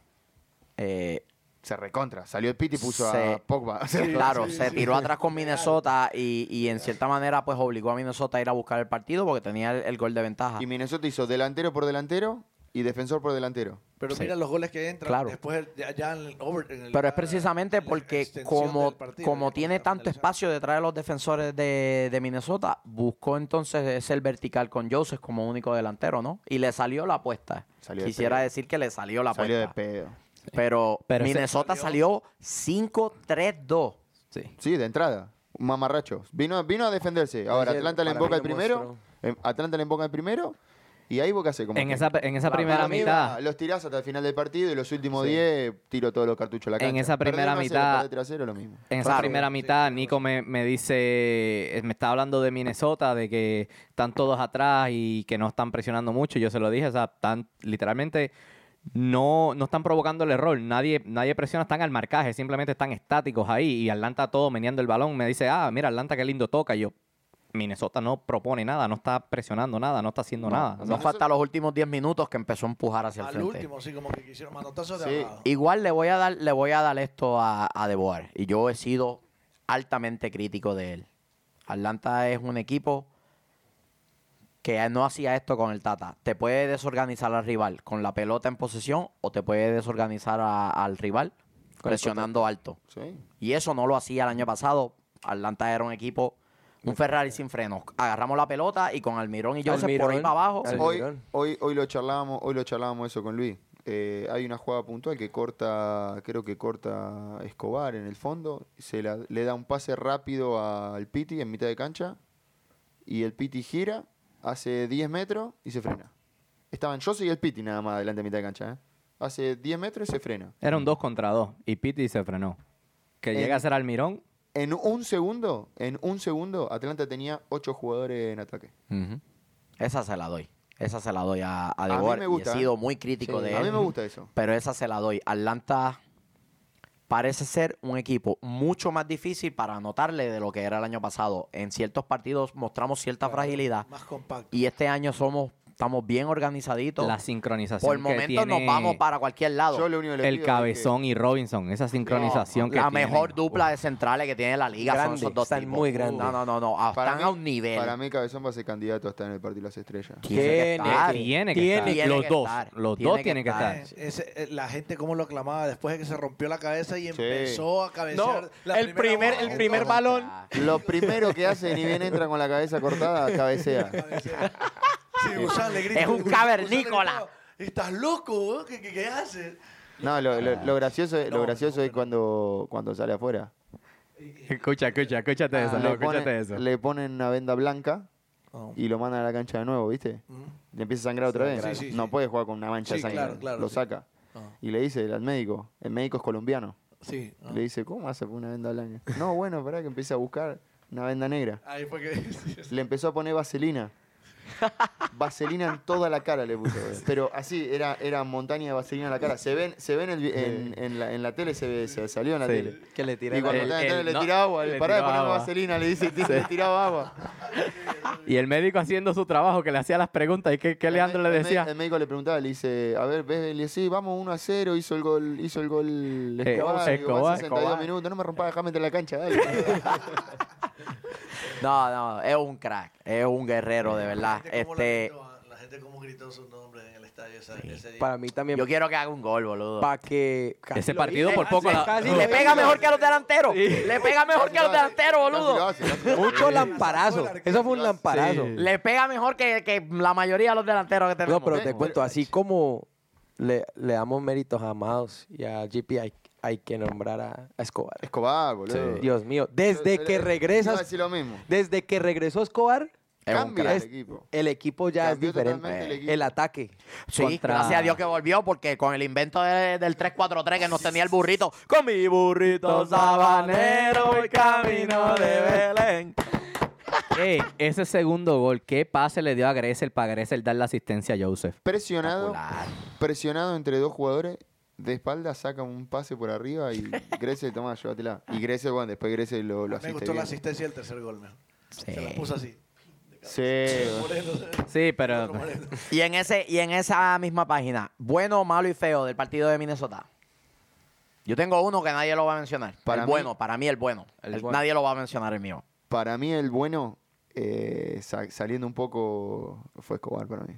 eh,
Se recontra. Salió el pit y puso
Se-
a Pogba. O sea,
claro, se tiró atrás con Minnesota y, y en cierta manera pues obligó a Minnesota a ir a buscar el partido porque tenía el, el gol de ventaja.
Y Minnesota hizo delantero por delantero y defensor por delantero.
pero
Sí.
mira los goles que entran
Claro.
después ya, ya en el over- en el-
Pero es precisamente
en la
porque
extensión
como,
del partido,
como
ya
tiene
para
tanto
finalizar.
espacio detrás de los defensores de, de Minnesota, buscó entonces ser vertical con Joseph como único delantero, ¿no? Y le salió la apuesta.
Salió de
Quisiera
pedo.
decir que le salió la
Salió de
apuesta.
pedo.
pero,
Pero ese-
Minnesota salió 5-3-2.
sí.
Sí, de entrada. Un Mamarracho. Vino, vino a defenderse. Ahora
Ayer,
Atlanta le
para
emboca
mí
el
lo
primero.
mostró.
em, Atlanta le emboca el primero. Y ahí Boca hace como.
En
que-
esa, en esa
Para
primera
mí va,
mitad,
los tirás hasta el final del partido y los últimos 10 tiro todos los cartuchos a la
En
cancha.
esa primera
Perder 1-0,
mitad-
perder 3-0, lo mismo.
en esa
Claro.
primera mitad, Nico me, me dice, eh, me está hablando de Minnesota, de que están todos atrás y que no están presionando mucho. Yo se lo dije, o sea, están literalmente no, no están provocando el error. Nadie, nadie presiona, están al marcaje, simplemente están estáticos ahí. Y Atlanta todo meneando el balón. Me dice, ah, mira, Atlanta qué lindo toca. Y yo, Minnesota no propone nada, no está presionando nada, no está haciendo nada.
No falta los últimos 10 minutos que empezó a empujar hacia el
Al
frente.
último, sí, como que quisieron manotazos de
Sí.
abajo.
Igual le voy a dar, le voy a dar esto a, a De Boer. Y yo he sido altamente crítico de él. Atlanta es un equipo que no hacía esto con el Tata. Te puede desorganizar al rival con la pelota en posesión o te puede desorganizar a- al rival presionando alto.
Sí.
Y eso no lo hacía el año pasado. Atlanta era un equipo, un Ferrari sin frenos. Agarramos la pelota y con Almirón y Joseph por ahí
Almirón.
para abajo.
Al-
Hoy,
Almirón.
hoy, hoy lo charlábamos, hoy lo charlábamos eso con Luis. Eh, hay una jugada puntual que corta, creo que corta Escobar en el fondo, se la- le da un pase rápido al Piti en mitad de cancha y el Piti gira, hace 10 metros y se frena. Estaban yo y el Piti nada más adelante en mitad de cancha, ¿eh? Hace 10 metros y se frena.
Era un 2 contra 2 y Pitti se frenó. Que
En-
Eh,
llega a ser Almirón
en un segundo, en un segundo, Atlanta tenía ocho jugadores en ataque.
Ujú. Esa se la doy. Esa se la doy a, a,
mí
Degore,
me
y
gusta,
he
¿eh?
sido muy crítico de
a
él.
mí me gusta eso.
Pero esa se la doy. Atlanta parece ser un equipo mucho más difícil para anotarle de lo que era el año pasado. En ciertos partidos mostramos cierta fragilidad
Más compacto.
y este año somos estamos bien organizaditos.
La sincronización.
Por
que
momentos nos
tiene
vamos para cualquier lado.
Yo lo único que le
El
pido es que-
Cabezón y Robinson. Esa sincronización que
la
tienen.
mejor dupla de centrales que tiene la liga
Grande,
son esos dos
están
tipos.
muy grandes.
No, no, no, no. Ah, Están a un nivel.
Para mí, Cabezón va a ser candidato a estar en el partido de las estrellas.
Tiene que estar.
Ah, Tiene que estar.
Tiene
Los
que
dos.
estar.
Los
Tiene
dos
que
tienen que
estar.
estar.
Eh, ese, eh, la gente cómo lo aclamaba después de que se rompió la cabeza y empezó a cabecear.
No,
la
el
primera
primer-
bola.
el primer balón.
Ah.
Lo primero que hace, ni bien entra con la cabeza cortada, cabecea.
Sí, Gusán le grita,
Es un
Gusán le
cavernícola.
gritaba, Estás loco, ¿eh? ¿Qué, qué, qué haces?
No, lo, lo- lo gracioso, es- lo
Ah. No,
gracioso
no,
es
no.
cuando, cuando sale afuera. Ah.
Escucha, escucha, escúchate
Ah,
eso. no,
le,
escúchate
ponen,
eso.
le ponen una venda blanca
Oh.
y lo mandan a la cancha de nuevo, ¿viste? Le empieza a sangrar otra vez.
claro. Sí, sí,
no
sí.
puede jugar con una mancha de
Sí,
sangre.
claro, claro,
lo
sí. Ah.
saca.
Ajá.
Y le dice al médico, el médico es colombiano.
Sí. ah.
Le dice, ¿cómo hace por una venda blanca? no, bueno, pará que empiece a buscar una venda negra.
Ahí fue que... sí, sí.
Le empezó a poner vaselina. Vaselina en toda la cara le puso. Pero así, era, era montaña de vaselina en la cara. Se ven, se ven en, el vi- en- en la, en la tele, se, ve- se salió en la
Sí.
tele.
Que le
Y
tiran
cuando
el-
estaba en
el-
tele le
no,
tiraba agua, le
le
paraba de
tiraba
ponerme
agua.
vaselina, le dice, le tiraba agua.
Y el médico haciendo su trabajo, que le hacía las preguntas. ¿Y qué, qué Leandro
El
le
me- el
decía?
me- El médico le preguntaba, le dice, a ver, ves, le dice, sí, vamos 1 a 0, hizo el gol, hizo el gol Escobar,
Eh,
digo, van
Escobar,
62
Escobar.
minutos, no me rompa, dejame entrar en la cancha, dale.
No, no, es un crack, es un guerrero, de verdad.
La gente cómo la
Este,
gritó, la gente cómo gritó su nombre en el estadio esa- ese día.
Para mí también,
yo quiero que haga un gol, boludo.
para que...
Ese partido por poco la-
Casi
Le
lo
pega
hizo.
mejor que a los delanteros. Le pega mejor que a los delanteros, boludo.
Mucho lamparazo. Eso fue un lamparazo.
Sí.
Le pega mejor que, que la mayoría de los delanteros que tenemos.
No, pero
¿eh?
te cuento, así como le, le damos méritos a Maus y a GP, hay, hay que nombrar a, a Escobar.
Escobar, boludo.
Dios mío, desde que
Iba a
regresas,
decir lo mismo.
desde que regresó Escobar,
Es un
Cambia
crack.
el equipo.
el equipo ya
Cambió
es diferente.
totalmente el
El,
equipo.
ataque.
Sí,
Contra-
gracias a Dios que volvió, porque con el invento de- del 343 que nos tenía el burrito. Con mi burrito sabanero voy camino de Belén.
Ey, ese segundo gol, qué pase le dio a Gressel para Gressel dar la asistencia a Joseph.
Presionado,
Espectacular.
presionado entre dos jugadores, de espalda saca un pase por arriba y Grece, toma, llévatela. Y Grece, bueno, después Grece lo, lo
Ah, me
asiste
gustó la
bien.
asistencia del tercer gol, mejor. Se la
Sí.
puso así.
Sí, boludo.
Moreno.
Sí, pero.
Otro Moreno.
Y en, ese, y en esa misma página, bueno, malo y feo del partido de Minnesota. Yo tengo uno que nadie lo va a mencionar.
Para
el
mí-
bueno, para mí el bueno.
El
El-
bueno.
Nadie lo va a mencionar el mío.
Para mí el bueno, eh, sa- saliendo un poco, fue Escobar para mí.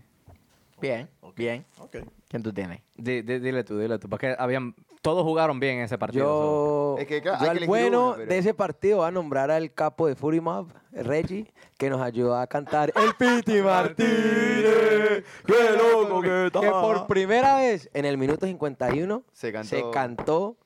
Bien, bien.
Ok.
¿Quién tú tienes?
Di- di- dile tú, dile tú. Porque habían. Todos jugaron bien en ese partido. so-
Yo,
Es que, claro,
yo
hay que
al
elegir
bueno
uno, pero-
de ese partido voy a nombrar al capo de Fury Mob, Reggie, que nos ayudó a cantar El Piti Martínez. ¡Qué loco que está! Que por primera vez en el minuto 51
Se cantó.
cantó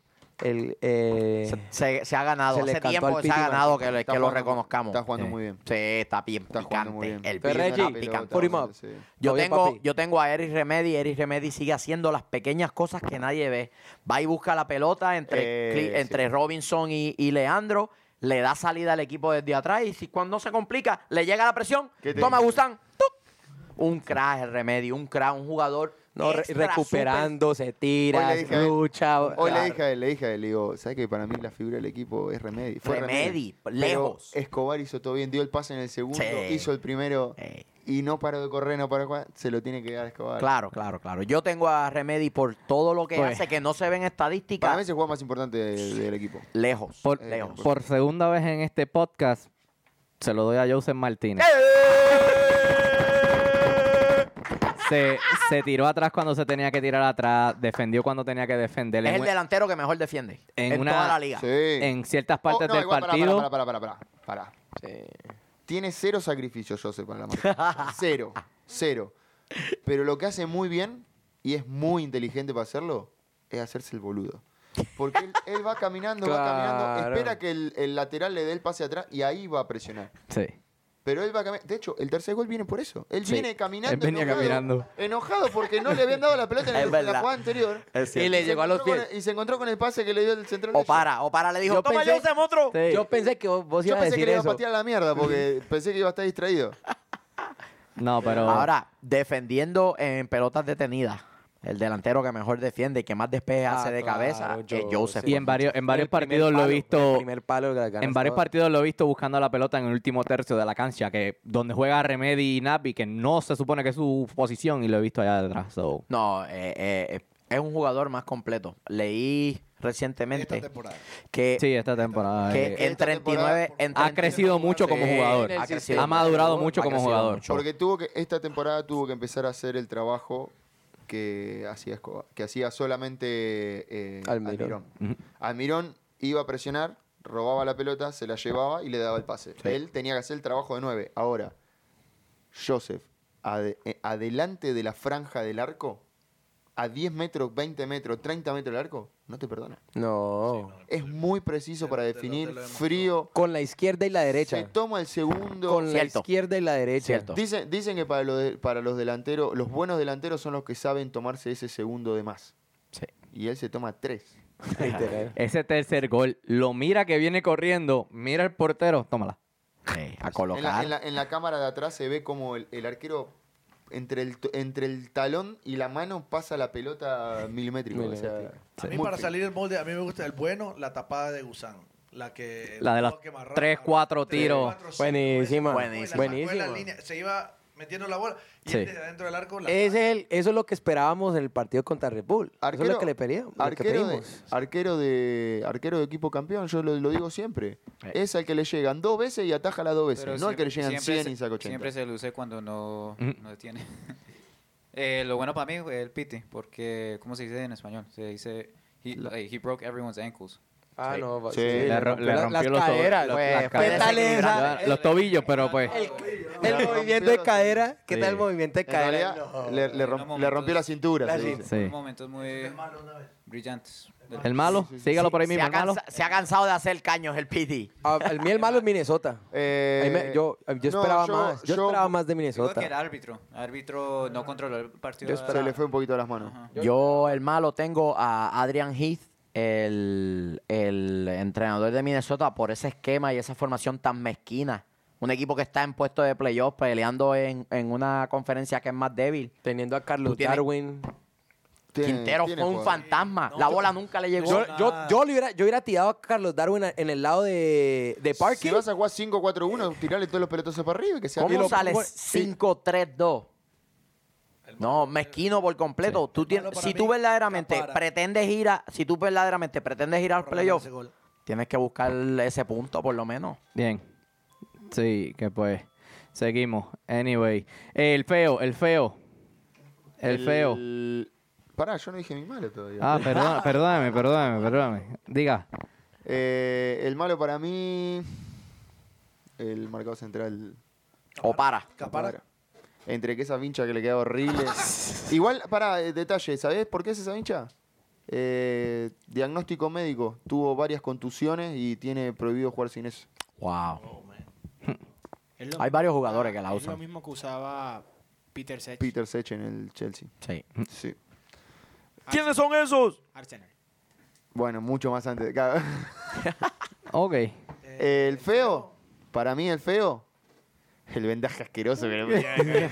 el... eh,
Se, se- se ha ganado.
se le
Hace
cantó
tiempo
al
que se ha
Piti
ganado que, le-
Está
que lo
jugando-
reconozcamos. Eh,
Está jugando
Sí.
muy bien.
Sí, está bien
Está jugando muy
picante.
bien.
El
Pero
Piti
Reggie,
está
Pelota,
picante.
Fury Mob.
sí.
Yo
Oye,
tengo,
papi.
yo tengo a Eric Remedy. Eric Remedy sigue haciendo las pequeñas cosas que nadie ve. Va y busca la pelota entre,
Eh,
Cli-
sí.
entre Robinson y, y Leandro. Le da salida al equipo desde atrás. Y si cuando se complica, le llega la presión.
¿Qué te
Toma,
dice?
Gustán. ¡Tuc! Un crash, el Remedy. Un crash, un jugador.
No, re-
extra,
recuperando, se
Hoy
tira,
le dije a él-
lucha.
Hoy le
claro.
dije a él, le dije a él, le digo, ¿sabes que para mí la figura del equipo es Remedy? Fue
Remedy,
Pero
lejos.
Escobar hizo todo bien, dio el pase en el segundo,
Sí.
hizo el primero
súper- Eh,
y no paró de correr, no paró de jugar, se lo tiene que dar a Escobar.
Claro, claro, claro. Yo tengo a Remedy por todo lo que
Pues-
hace, que no se ven
Para
estadísticas.
mí es el jugador más importante del, del equipo.
Lejos,
Por-
lejos.
Por segunda vez en este podcast, se lo doy a Joseph
¡Eh!
Martínez.
Eh.
Se, se tiró atrás cuando se tenía que tirar atrás, defendió cuando tenía que defender.
es
En,
el delantero que mejor defiende en,
en una-
toda la liga.
Sí.
en ciertas partes
Oh, no,
del
igual, pará,
partido.
Pará, pará, pará, pará, pará. Tiene cero sacrificios, Joseph, para la marca. cero, cero. Pero lo que hace muy bien, y es muy inteligente para hacerlo, es hacerse el boludo. Porque él, él va caminando, va caminando,
Claro.
espera que el, el lateral le dé el pase atrás y ahí va a presionar.
Sí.
Pero él va caminando. De hecho, el tercer gol viene por eso. Él
Sí.
viene caminando.
Él venía
enojado,
caminando.
Enojado porque no le habían dado la pelota en, el-
Es
en la
verdad.
jugada anterior.
Es
Y
cierto.
se encontró con el- y se encontró con el pase que le dio el central.
O para, o para le dijo,
Yo
toma
pensé-
yo ese monstruo.
Sí.
Yo pensé que vos, vos
Yo
ibas a
pensé que
decir
le iba a
eso.
patear a la mierda porque pensé que iba a estar distraído.
No, pero.
Ahora, defendiendo en pelotas detenidas, el delantero que mejor defiende y que más despeje
Ah,
hace de
claro,
cabeza
Eh,
es
yo-
Joseph.
sí.
y en varios, en varios
El primer
partidos lo he
palo,
visto.
El primer palo que ganas
En varios
todas.
partidos lo he visto buscando la pelota en el último tercio de la cancha, que donde juega Remedy y Napi, que no se supone que es su posición, y lo he visto allá detrás. so.
No, eh, eh, eh, es un jugador más completo. Leí
Esta
recientemente
temporada.
que,
Sí, esta
Eh,
temporada.
que
eh,
en
Esta temporada,
39... en
ha
39
crecido mucho como
Sí,
jugador.
ha crecido
Ah, Ha madurado mucho como jugador.
Porque tuvo que, esta temporada tuvo que empezar a hacer el trabajo que hacía Escobar, que hacía solamente eh,
Almirón.
Almirón. Almirón iba a presionar, robaba la pelota, se la llevaba y le daba el pase. Él tenía que hacer el trabajo de nueve. Ahora, Joseph, ade- eh, adelante de la franja del arco, a 10 metros, 20 metros, 30 metros del arco, no te perdona.
No.
Es muy preciso para
te lo- te lo
definir,
demostró.
frío.
Con la izquierda y la
Se
derecha.
toma el segundo.
Con la
Cierto.
izquierda y la derecha.
Cierto.
Dicen, dicen que para, lo de- para los delanteros, los buenos delanteros son los que saben tomarse ese segundo de más.
Sí.
Y él se toma tres.
Literal.
Ese tercer gol, lo mira que viene corriendo, mira el portero, tómala. Pues,
Sí, a
En la,
colocar.
en la- en la cámara de atrás se ve como el, el arquero entre el, to- entre el talón y la mano pasa la pelota milimétrico. o sea,
A mí
muy
para
fino.
salir del molde, a mí me gusta el bueno, la tapada de gusano. La que...
La de las
que amarraba,
tres, cuatro
tres,
tiros.
cuatro, cinco,
Buenísima.
esa, la sacó en la
Buenísima.
línea, Se iba metiendo la bola y
Sí.
él desde adentro del arco la
Ese es el- eso es lo que esperábamos en el partido contra Red Bull. eso es lo que le pedíamos. lo que
arquero, de,
pedimos.
arquero, de, arquero de equipo campeón, yo lo, lo digo siempre. Es al que le llegan dos veces y ataja las dos veces.
Pero
Pues no al que le
siempre-
llegan
siempre
100
se-
y saca 80.
Siempre se luce cuando no,
Mm.
Ujú.
no detiene. Eh, lo bueno para mí es el piti, porque, ¿cómo se dice en español? Se dice, he, eh, he broke everyone's ankles.
Ah, no. va-
Sí.
sí,
Le
Le, ro-
rompió
le
la-
rompió
las
los, to-
caderas.
los-
fue-
las
fue
¿Qué
caderas.
tal esa?
Ya, los tobillos,
Ah,
pero pues.
Le
El
rompió
movimiento de
la-
cadera. ¿Qué tal
Sí.
el movimiento de
En
cadera?
realidad,
No.
le, le
En
rom-
unos
le
momentos-
rompió la cintura.
La
se
cintura.
dice.
Sí.
Momentos muy brillantes. del-
El malo, sígalo por ahí
se,
mismo,
ha
el malo.
cansa- se ha cansado de hacer caños el PD.
Ah, El miel malo es Minnesota.
Eh,
Ahí me- yo, yo
no,
esperaba más. Yo,
yo-
esperaba más de
Creo que el
Minnesota.
árbitro. El árbitro no controló el partido.
Se le fue un poquito a las manos.
Ajá.
Yo, el malo, tengo a Adrian Heath, el, el entrenador de Minnesota, por ese esquema y esa formación tan mezquina. Un equipo que está en puesto de playoff, peleando en, en una conferencia que es más débil.
Teniendo a Carlos
Tú tienes-
Darwin.
Tiene-
Quintero
tiene
fue un
jugadores.
fantasma.
No,
la
yo-
bola nunca le llegó.
Yo, yo,
nada.
yo, le hubiera, yo hubiera tirado a Carlos Darwin a- en el lado de, de
Si
parking.
vas a jugar 5-4-1, tirarle todos los pelotazos para arriba y que sea
¿Cómo
Y lo-
sales
bueno, sí.
5-3-2? No, mezquino por completo. Tú tienes-
malo para
si
mí,
tú verdaderamente
Capara.
pretendes ir a, si tú verdaderamente pretendes ir al
Por lo menos
playoff,
ese gol.
tienes que buscar ese punto por lo menos.
Bien. Sí, que pues. Seguimos. Anyway. Eh, el feo, el feo. El feo.
Pará, yo no dije mi malo todavía.
Ah, perdón, perdóname, perdóname, perdóname. Diga.
Eh, el malo para mí. El marcado central.
O para.
Ah,
Capara.
Entre que esa vincha que le queda horrible. Igual, pará, eh, detalle, ¿sabés por qué es esa vincha? Eh, diagnóstico médico. Tuvo varias contusiones y tiene prohibido jugar sin eso.
Wow.
Es lo
Hay
mismo-
varios jugadores que la
Es lo
usan.
mismo que usaba Peter Sech.
Peter Sech en el Chelsea.
Sí.
Mm.
Sí.
¿Quiénes son esos?
Arsenal.
Bueno, mucho más antes. Claro.
Ok.
El feo, para mí el feo, el vendaje asqueroso que le ponían.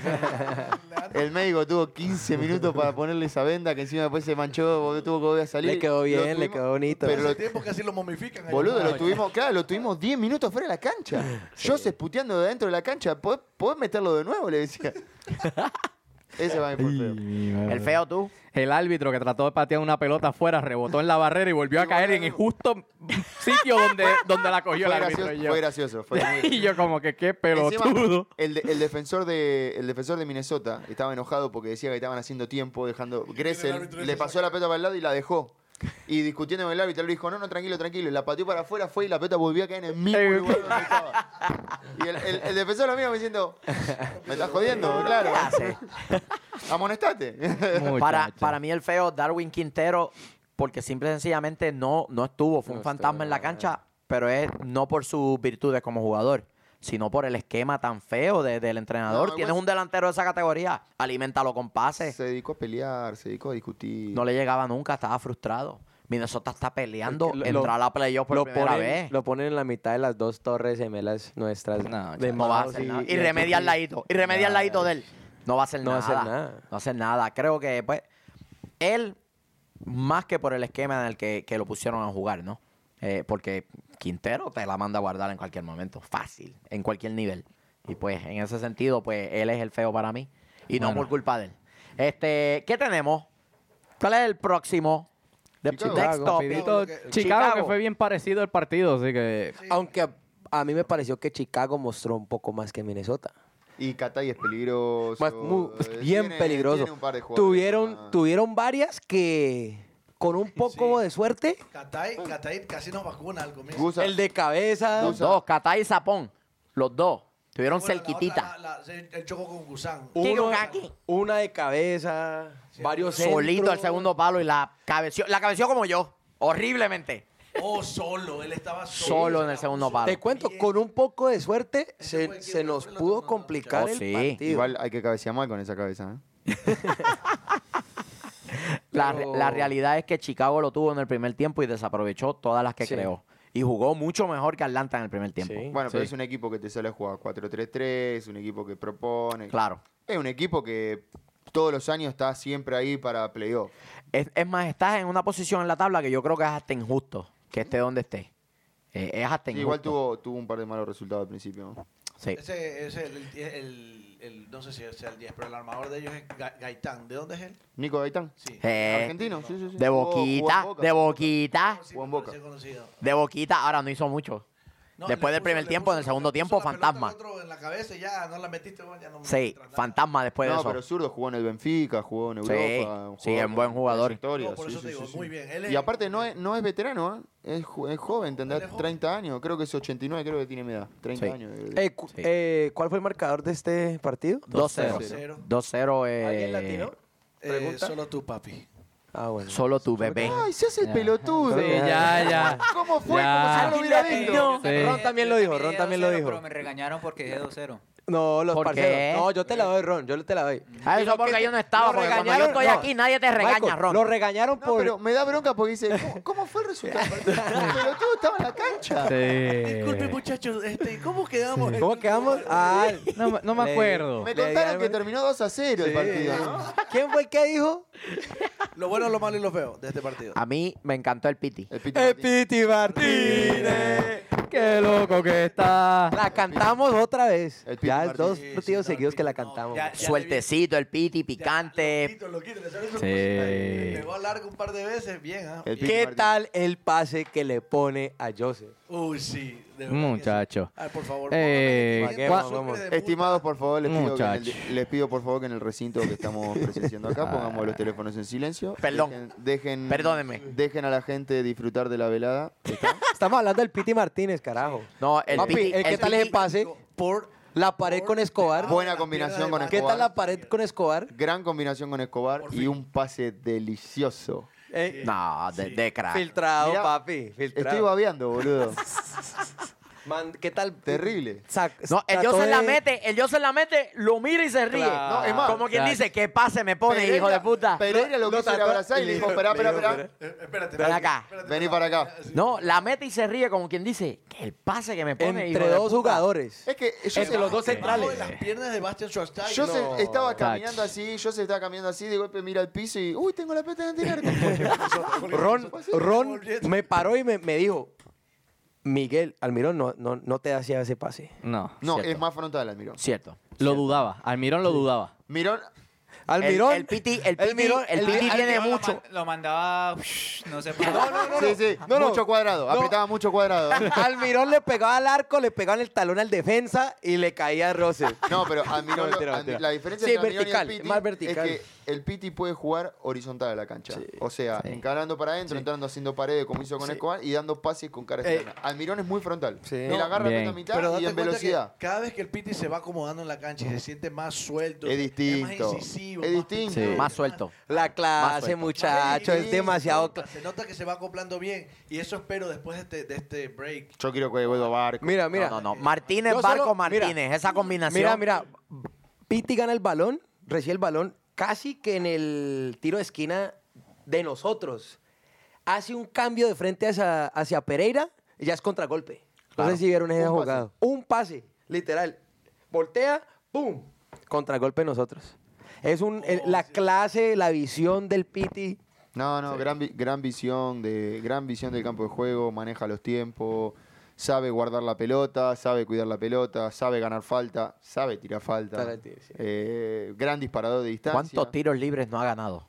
El médico tuvo 15 minutos para ponerle esa venda que encima después se manchó, boludo, tuvo que volver a salir.
Le quedó
Lo
bien, le
tuvimos-
quedó bonito.
Pero
Hace
lo-
tiempo que así lo momifican. ahí.
boludo, lo tuvimos, claro, lo tuvimos 10 minutos fuera de la cancha. Joseph puteando de adentro de la cancha, ¿podés, podés meterlo de nuevo? Le decía. Ese va a ir por feo.
El feo tú.
El árbitro que trató de patear una pelota afuera, rebotó en la barrera y volvió a caer en el justo sitio donde, donde la cogió el
Fue
árbitro.
gracioso,
y yo.
fue gracioso. Fue muy-
y yo como que qué
Encima,
pelotudo.
el, de- el defensor de, el defensor de Minnesota estaba enojado porque decía que estaban haciendo tiempo, dejando. Gressel
árbitro
le
dice,
pasó la pelota para el lado y la dejó. Y discutiendo con el árbitro, le dijo, no, no, tranquilo, tranquilo. Y la pateó para afuera, fue y la pelota volvió a caer en el mismo
Eh,
lugar donde estaba. Y el, el- el defensor lo mira diciendo, me estás jodiendo, claro. Amonestate.
Para,
Muchacho.
para mí el feo Darwin Quintero, porque simple y sencillamente no, no estuvo, fue un
No
fantasma en la
estuvo.
cancha, pero es no por sus virtudes como jugador, sino por el esquema tan feo de- del entrenador. Tienes
No,
pues
igual-
un delantero de esa categoría, alimentalo con pases.
Se dedicó a pelear, se dedicó a discutir.
No le llegaba nunca, estaba frustrado. Minnesota está peleando,
Es que lo-
entrar a la playoff por
lo
primera
ponen,
vez.
Lo ponen en la mitad de las dos torres gemelas nuestras. de
No, chaval.
no va a
Maus
hacer nada. Y,
Antunes.
remedia el ladito. Y remedia el ladito de él. No va a hacer
No va a
nada.
hacer nada.
No va a hacer nada. Creo que, pues, él, más que por el esquema en el que, que lo pusieron a jugar, ¿no? Eh, porque Quintero te la manda a guardar en cualquier momento. Fácil. En cualquier nivel. Y, pues, en ese sentido, pues, él es el feo para mí. Y no
Bueno.
por culpa de él. Este, ¿qué tenemos? ¿Cuál es el próximo? The
Chicago.
next topic.
Rapidito, Chicago,
Chicago, que fue bien parecido el partido, así que.
Aunque a- a mí me pareció que Chicago mostró un poco más que Minnesota.
Y Katay es peligroso.
Más- muy-
eh,
bien
tiene-
peligroso.
tiene un par de jugadores
tuvieron,
más.
tuvieron varias que con un poco
Sí.
de suerte,
Catay, Catay casi nos vacuna al comienzo.
Gusa-
el de cabeza.
Los dos, Catay y Sapón. Los dos. Estuvieron
Bueno, la
cerquitita.
otra, la- la- el choco con Gusán.
uno-
Kaki.
una de cabeza, varios
Solito
centros.
al segundo palo y la cabeció. La cabeció como yo. Horriblemente.
Oh, solo, él estaba solo.
Solo
se
en
la
el segundo
puso
palo.
Te cuento,
bien.
con un poco de suerte se,
Ese fue el que
se
lo-
nos
lo-
pudo
lo-
complicar
Oh,
el
sí.
partido.
Igual hay que cabecear mal con esa cabeza. ¿eh?
La,
Pero-
la realidad es que Chicago lo tuvo en el primer tiempo y desaprovechó todas las que
Sí.
creó. Y jugó mucho mejor que Atlanta en el primer tiempo.
Sí.
Bueno, pero
Sí.
es un equipo que te sale a jugar 4-3-3, es un equipo que propone.
Claro.
Es un equipo que todos los años está siempre ahí para playoff.
Es, es más, estás en una posición en la tabla que yo creo que es hasta injusto que esté donde esté. Eh, es hasta
Sí,
injusto.
igual tuvo, tuvo un par de malos resultados al principio. ¿no?
Sí.
Ese es el, el, el- el- no sé si es el 10, pero el armador de ellos es Ga- Gaitán. ¿De dónde es él?
Nico Gaitán.
Sí.
Eh,
Argentino, sí, sí, sí.
de
Jugó- jugó en
boquita,
Boca.
de boquita,
Sí,
Jugó en
me
Boca.
pareció conocido.
de boquita. Ahora no hizo mucho.
No,
Después
le
del primer
le
tiempo, en el
le
segundo
puso
tiempo,
la pelota
fantasma.
al otro en la cabeza y ya no la metiste, bueno, ya no me
Sí,
entras nada.
fantasma después
no,
de
pero
eso.
Zurdo jugó en el Benfica, jugó en
Sí,
Europa. un
sí, es un buen
con
jugador.
trayectoria,
No, por
sí,
eso
sí,
te digo,
sí, sí.
muy bien. Él es-
Y aparte no es, no es veterano, ¿eh? es, ju- es joven,
Él
tendrá
es joven.
30 años, creo que es 89, creo que tiene mi edad, 30
Sí.
años.
Eh, cu-
Sí.
eh, ¿Cuál fue el marcador de este partido?
2-0.
2-0.
2-0. eh,
¿Alguien la tiró?
Eh,
Pregunta.
solo tú, papi.
Ah, bueno.
Solo tu bebé.
Ay, se hace el pelotudo.
Sí, ya, ya.
¿Cómo fue?
Ya.
Como si no lo hubiera visto.
No,
Sí.
Ron también lo
Yo
dijo, Ron
dije
también lo
2-0,
dijo.
Pero me regañaron porque dije 2-0.
No, los
¿Por
parceros.
qué?
No, yo te la doy, Ron. Yo te la doy.
Ah, eso porque yo no estaba,
Lo
porque cuando yo
regañaron-
estoy
no.
aquí nadie te regaña,
Michael,
Ron.
Lo regañaron
No,
por.
pero me da bronca porque dice, ¿cómo, cómo fue el resultado? El pelotudo estaba en la cancha.
Eh,
Disculpe, muchachos, este, ¿cómo quedamos?
¿Cómo quedamos? Ah,
No, me- no Eh, me
Le-
acuerdo.
Me
Le
contaron
dieron-
que terminó 2 a 0 el partido, ¿no?
¿Quién fue el que dijo?
Lo bueno, lo malo y lo feo de este partido.
A mí me encantó el piti.
El Piti
El
Martínez.
Piti Martínez.
Qué loco que está.
La cantamos otra vez.
El Piti
Ya
Martínez.
dos
Sí, sí,
partidos
no, el
seguidos que
Piti,
la
no,
cantamos.
ya- le vi-
Sueltecito, el piti,
Ya, Lo
picante.
quito, lo quito, le sale su
Sí.
Le pegó a largo un par de veces, bien, ¿ah?
El
Bien.
Piti
¿Qué
Martínez.
tal el pase que le pone a Joseph?
Uy, sí. de verdad que sí.
Muchacho.
Ay, por favor.
Eh,
póngame
¿cuá-
Sucre de puta.
Estimados, por favor, les pido, que en el-
Muchacho.
les pido por favor que en el recinto que estamos presenciando acá pongamos
Ah.
los teléfonos en silencio.
Perdón.
Dejen, dejen,
Perdónenme.
Dejen a la gente disfrutar de la velada. ¿Está?
Estamos hablando del Piti Martínez, carajo.
No, el
Papi,
piti.
el ¿qué
el
tal
piti-
ese pase?
Por
La pared con Escobar.
Ah,
Buena
la
combinación
pierna
con
de
¿Qué
Escobar.
tal la pared con Escobar?
Gran combinación con Escobar
Por
y
fin.
un pase delicioso.
Eh,
No, de, de
Ah,
crack.
Filtrado,
Mirá,
papi. Filtrado.
Estoy babeando, boludo.
Man, ¿Qué tal?
Terrible.
Sa-
No, el
trató
Joseph la
de-
mete, el Joseph la mete, lo mira y se ríe.
Claro.
No, es más,
Como quien
claro.
dice, ¿qué pase me pone,
Pereira-
hijo de puta?
Pereira lo quiso ir a abrazar y le dijo, esperá, esperá, esperá.
Eh, espérate.
Ven acá.
Vení para acá.
No, la mete y se ríe como quien dice, "Que el pase que me pone, hijo
Entre
de
dos
puta".
jugadores.
Es que yo
Entre
se-
los dos
Bajo de
centrales.
las piernas de Bastian Schweinsteiger.
Yo
No.
se- estaba
Tacho.
caminando así, yo se estaba caminando así, de golpe mira al piso y, uy, tengo la pelota delante del arco.
Ron,
Fue así.
Ron me paró y me, me dijo, Miguel, Almirón, no, no, no te hacía ese pase.
No.
No,
cierto.
es más frontal, Almirón.
Cierto.
Lo dudaba. Almirón lo dudaba.
Mirón,
Almirón,
El, el piti, el piti,
Mirón-
el
el
piti
Mirón-
viene
Yo lo
mucho.
man- Lo mandaba. No sé para
No, no, no, no.
sí, sí,
No, no.
mucho cuadrado,
No.
apretaba mucho cuadrado.
Almirón le pegaba al arco, le pegaba en el talón al defensa y le caía a Rose.
No, pero Almirón,
No, mentira,
Almi-
mentira.
la diferencia
Sí,
entre Almirón
vertical,
y el Piti
más vertical.
es que el Piti puede jugar horizontal a la cancha. o sea, encarando para adentro, entrando haciendo paredes como hizo con Escobar y dando pases con cara externa. Almirón es muy frontal.
Sí.
Él agarra
Bien.
pelota a mitad
Pero date
y en
cuenta
velocidad.
que cada vez que el Piti se va acomodando en la cancha y se siente más suelto,
Es
más
distinto.
agresivo.
Es
más
distinto.
picante,
Sí.
Más suelto.
La clase,
suelto.
muchacho, es
Sí,
demasiado... cla-
Se nota que se va acoplando bien y eso espero después de este, de este break.
Yo quiero que vuelva a barco.
Mira, mira.
no, no, no. Martínez,
Yo solo- mira,
Barco, Martínez. esa combinación.
Mira, mira.
Pitti gana el balón, recibe el balón casi que en el tiro de esquina de nosotros. Hace un cambio de frente hacia, hacia Pereira y ya es contragolpe. No sé si vieron ese
Un pase.
jugado. Un pase, literal. Voltea, ¡pum! Contragolpe de nosotros. Es un, el- la clase, la visión del Piti.
No, no, gran, vi- gran visión de gran visión del campo de juego, maneja los tiempos, sabe guardar la pelota, sabe cuidar la pelota, sabe ganar falta, sabe tirar falta.
Para ti, sí.
Eh, gran disparador de distancia.
¿Cuántos tiros libres no ha ganado?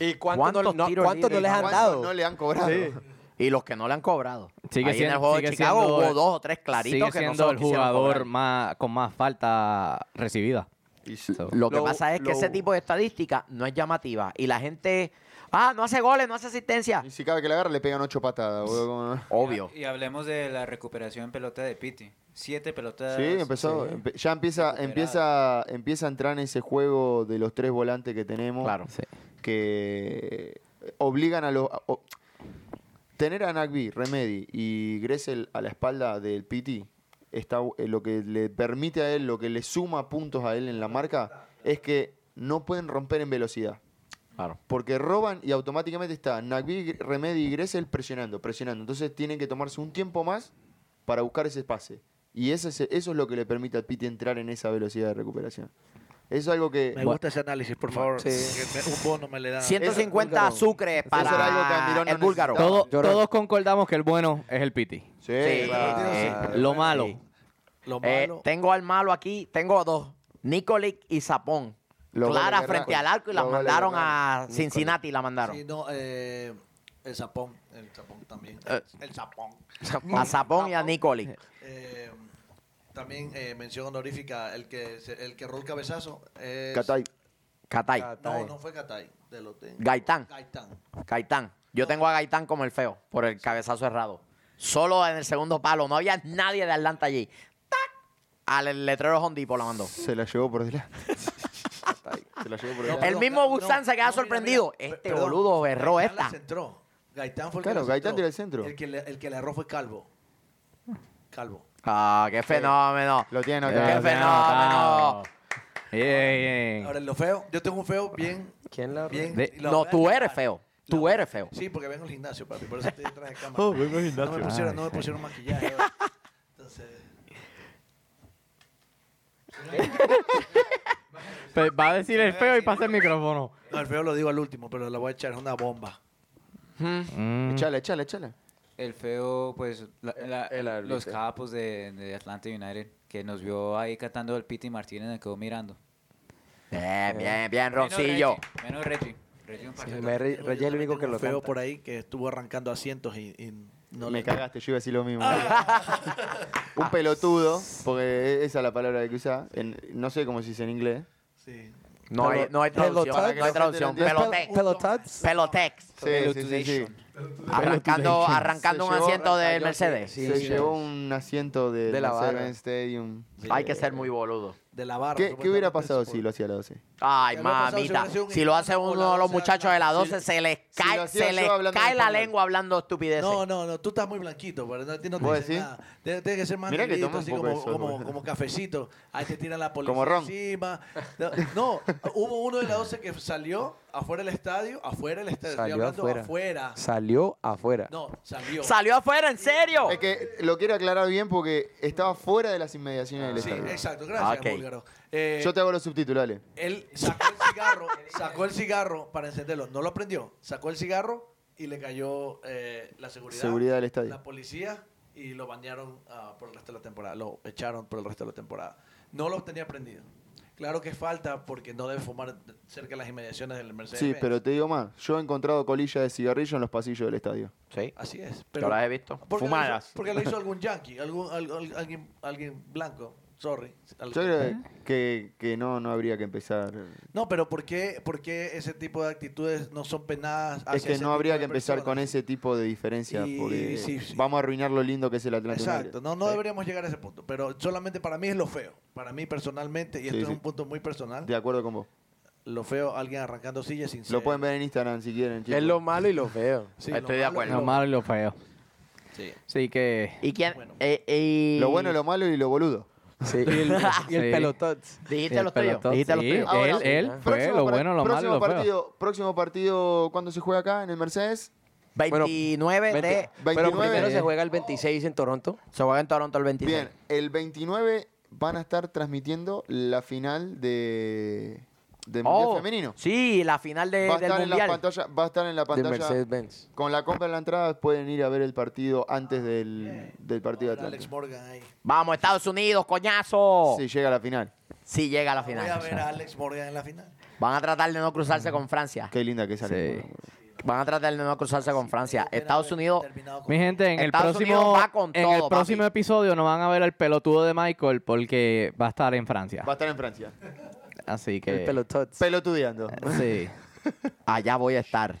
¿Y
¿Cuántos
cuántos, no, no-
tiros
cuántos no
libres
les han
no-
¿Cuántos
dado?
no le han cobrado?
Y los que no le han cobrado.
Sigue
Ahí en el
siendo-
juego de
sigue
Chicago
siendo-
hubo dos o tres claritos
Sigue
que no
siendo
se lo
el
quisieron
jugador
cobrar.
más, con más falta recibida.
Y-
So,
Lo que
Lo-
pasa es que
lo-
ese tipo de estadística no es llamativa. Y la gente, ah, no hace goles, no hace asistencia.
Y si cabe que la agarre, le pegan ocho patadas. boludo, como no.
Obvio.
Y hablemos de la recuperación en pelota de Piti. Siete pelotas.
Sí, empezó.
Eh, Sí.
empe- ya empieza, empieza, empieza a entrar en ese juego de los tres volantes que tenemos.
Claro.
que obligan a los... a- o- tener a Nagby, Remedy y Gressel a la espalda del Piti, está, bu- eh, lo que le permite a él, lo que le suma puntos a él en la marca, es que no pueden romper en velocidad.
Claro.
Porque roban y automáticamente está Nagby, Gr- Remedy y Gressel presionando, presionando. Entonces tienen que tomarse un tiempo más para buscar ese pase. Y ese es- eso es lo que le permite al Piti entrar en esa velocidad de recuperación. Eso es algo que...
Me gusta ese análisis, por favor. que me- un bono me le da.
150 sucres para
era algo que Almirón no
el búlgaro.
necesitaba.
Todo- todos concordamos que el bueno es el Piti.
Sí,
Sí,
claro.
sí.
Lo malo.
Lo
Eh,
malo.
tengo al malo aquí, tengo a dos, Nicolic y Sapón.
Los
Clara
goles de
frente
Racco.
al arco y
Los
las
goles de
mandaron
Racco.
a Cincinnati, la mandaron.
Sí, no, eh, el sapón. El sapón también.
Eh.
el sapón.
A Sapón y a Nicolic.
Eh, también eh, mención honorífica, el que, se- el que erró el cabezazo. Es,
Catay.
Catay.
No, no fue Catay. De lo tengo.
Gaitán.
Gaitán.
Gaitán. Yo tengo a Gaitán como el feo, por el cabezazo errado. Solo en el segundo palo. No había nadie de Atlanta allí. ¡Tac! Al letrero Hondipo la mandó.
Se la llevó por delante. Se la llevó por
El
delante.
Perdón,
mismo
no,
Gusán se queda
mira,
sorprendido.
mira,
Este
perdón,
boludo erró
Gaitán la
esta.
centró. Gaitán fue el
Claro,
que la
Gaitán
centró.
tira el centro.
El que, le, el que la erró fue Calvo. Calvo.
Ah, qué fenómeno.
Lo tiene
Qué
acá.
fenómeno.
Bien, bien.
Ahora, lo feo, yo tengo un feo bien.
¿Quién la-
bien
De-
y la
no,
voy a
tú eres
quitar.
feo.
La
Tú
voy a-
eres feo.
Sí, porque vengo al gimnasio, papi. Por eso estoy detrás de cámara. Oh, vengo al gimnasio. No me pusieron, no me pusieron maquillaje. ¿verdad? Entonces.
Pues va a decir el feo y pasa el micrófono.
No, el feo lo digo al último, pero la voy a echar. Es una bomba.
Mm.
Echala, echala, echala.
El feo, pues, la- la-
el árbitro.
los capos de, de Atlanta United, que nos vio ahí cantando el Piti Martínez, nos quedó mirando.
Bien, bien, bien,
Menos
Roncillo.
Reggie, Menos Reggie. Reggie un partido.
Me re-
Pero yo
Reyes es el
también
único
tengo
que
un
lo
feo
canta.
por ahí que estuvo arrancando asientos y, y no
Me
le
cagaste, yo iba a decir lo mismo. Un pelotudo, porque e-, esa es la palabra que usa. en- no sé cómo se dice en inglés.
Sí.
No hay, no hay traducción. No hay traducción. Pelotex.
Pelotax.
Pelotex.
Sí, sí, sí, sí.
Pelotudation.
Arrancando, arrancando
Se
un
llevó-
asiento del
cayó,
Mercedes.
Se llevó un asiento del
De la barra.
Mercedes-Benz Stadium.
Hay que ser muy boludo.
De la barra.
¿Qué, qué hubiera
supuestamente,
pasado
por-
si lo hacía la 12?
Ay,
Ya lo pasado, si
mamita.
hubiera sido un
Si lo hace
encuentro con
uno
la
de los
12
muchachos de la
Atlanta.
12, se les
si lo
cae,
hacía
se
yo
les
hablando en
cae la
español.
lengua hablando estupideces.
No, no, no, tú estás muy blanquito, pero no, a ti no
¿Vos
te dicen
decís?
nada. Tiene, tiene que ser más
Mirá que
negrito,
toma un
así
poco
como,
de sol,
como,
boludo.
como cafecito. Ahí te tira la policía
Como ron.
encima. No, no, hubo uno de las 12 que salió afuera del estadio, afuera del estadio,
Salió
estoy hablando
afuera.
afuera.
Salió afuera.
No, salió.
Salió afuera, en
Oh.
serio.
Es que lo quiero aclarar bien porque estaba fuera de las inmediaciones del
sí,
estadio.
exacto, gracias,
Ok.
búlgaro. Eh,
Ah, Yo te hago los subtítulos, dale.
Él sacó el cigarro, sacó el cigarro para encenderlo. No lo prendió. Sacó el cigarro y le cayó eh, la seguridad.
Seguridad del estadio.
La policía y lo banearon ah, por el resto de la temporada. Lo echaron por el resto de la temporada. No lo tenía prendido. Claro que falta porque no debe fumar cerca de las inmediaciones del Mercedes.
Sí, pero te digo más. Yo he encontrado colillas de cigarrillo en los pasillos del estadio.
Sí,
Así es.
yo
Pero
las he visto.
¿por qué lo hizo,
Fumadas.
por qué lo hizo algún yankee? Algún, al- al- alguien, alguien blanco. Sorry. Al-
Yo creo que, que no, no habría que empezar.
No, pero ¿por qué, ¿por qué ese tipo de actitudes no son
Es
penadas? hacia
que
Ah, ese
no
tipo
habría
de
que empezar con
personas?
ese tipo de diferencias
Y-
porque
sí, sí.
vamos a arruinar lo lindo que es el Atlántico.
Exacto, no, no deberíamos llegar a ese punto, pero solamente para mí es lo feo, para mí personalmente, y
Sí,
esto
sí.
es un punto muy personal,
De acuerdo con vos.
lo feo, alguien arrancando sillas sin
Lo pueden ver en Instagram si quieren, chicos.
Es lo malo y lo feo.
Estoy de acuerdo.
Lo malo y lo feo.
Sí.
Así que.
¿Y quién?
Bueno.
eh, y-
Lo bueno, lo malo y lo boludo.
Sí. Y el, y el
Sí.
pelotots.
Dijiste los tuyos.
pelotón,
Dijiste los
sí,
tuyos.
Ahora,
Él, él, fue
próximo
lo
par-
bueno, lo malo y
próximo
lo feo.
partido, Próximo partido, ¿cuándo se juega acá? ¿En el Mercedes?
29 de...
29.
Pero
Primero
Sí.
se juega el 26 en Toronto.
Se juega en Toronto el 26.
Bien, el 29 van a estar transmitiendo la final de del Mundial
Oh,
femenino.
Sí, la final de-
va a
del
estar en la
Mundial.
pantalla, va a estar en la
De
pantalla.
Mercedes-Benz.
Con la compra de la entrada pueden ir a ver el partido antes del, del partido de
Alex
Atlanta.
Morgan ahí.
Vamos, Estados Unidos,
Oh.
coñazo.
Si
Sí,
llega a la final.
llega a la
Voy a ver
final.
a Alex Morgan en la final.
Van a tratar de no cruzarse con Francia.
Qué linda que sale.
Sí.
Van a tratar de no cruzarse con Francia.
Espera,
Estados
haber
Unidos...
terminado con-
Mi gente, en el
Estados
próximo,
Unidos va con
en
todo,
el próximo
papi.
episodio no van a ver el pelotudo de Michael porque va a estar en Francia.
Va a estar en Francia.
Así que. eh,
El pelotots.
Pelotudeando.
Sí.
Allá voy a estar.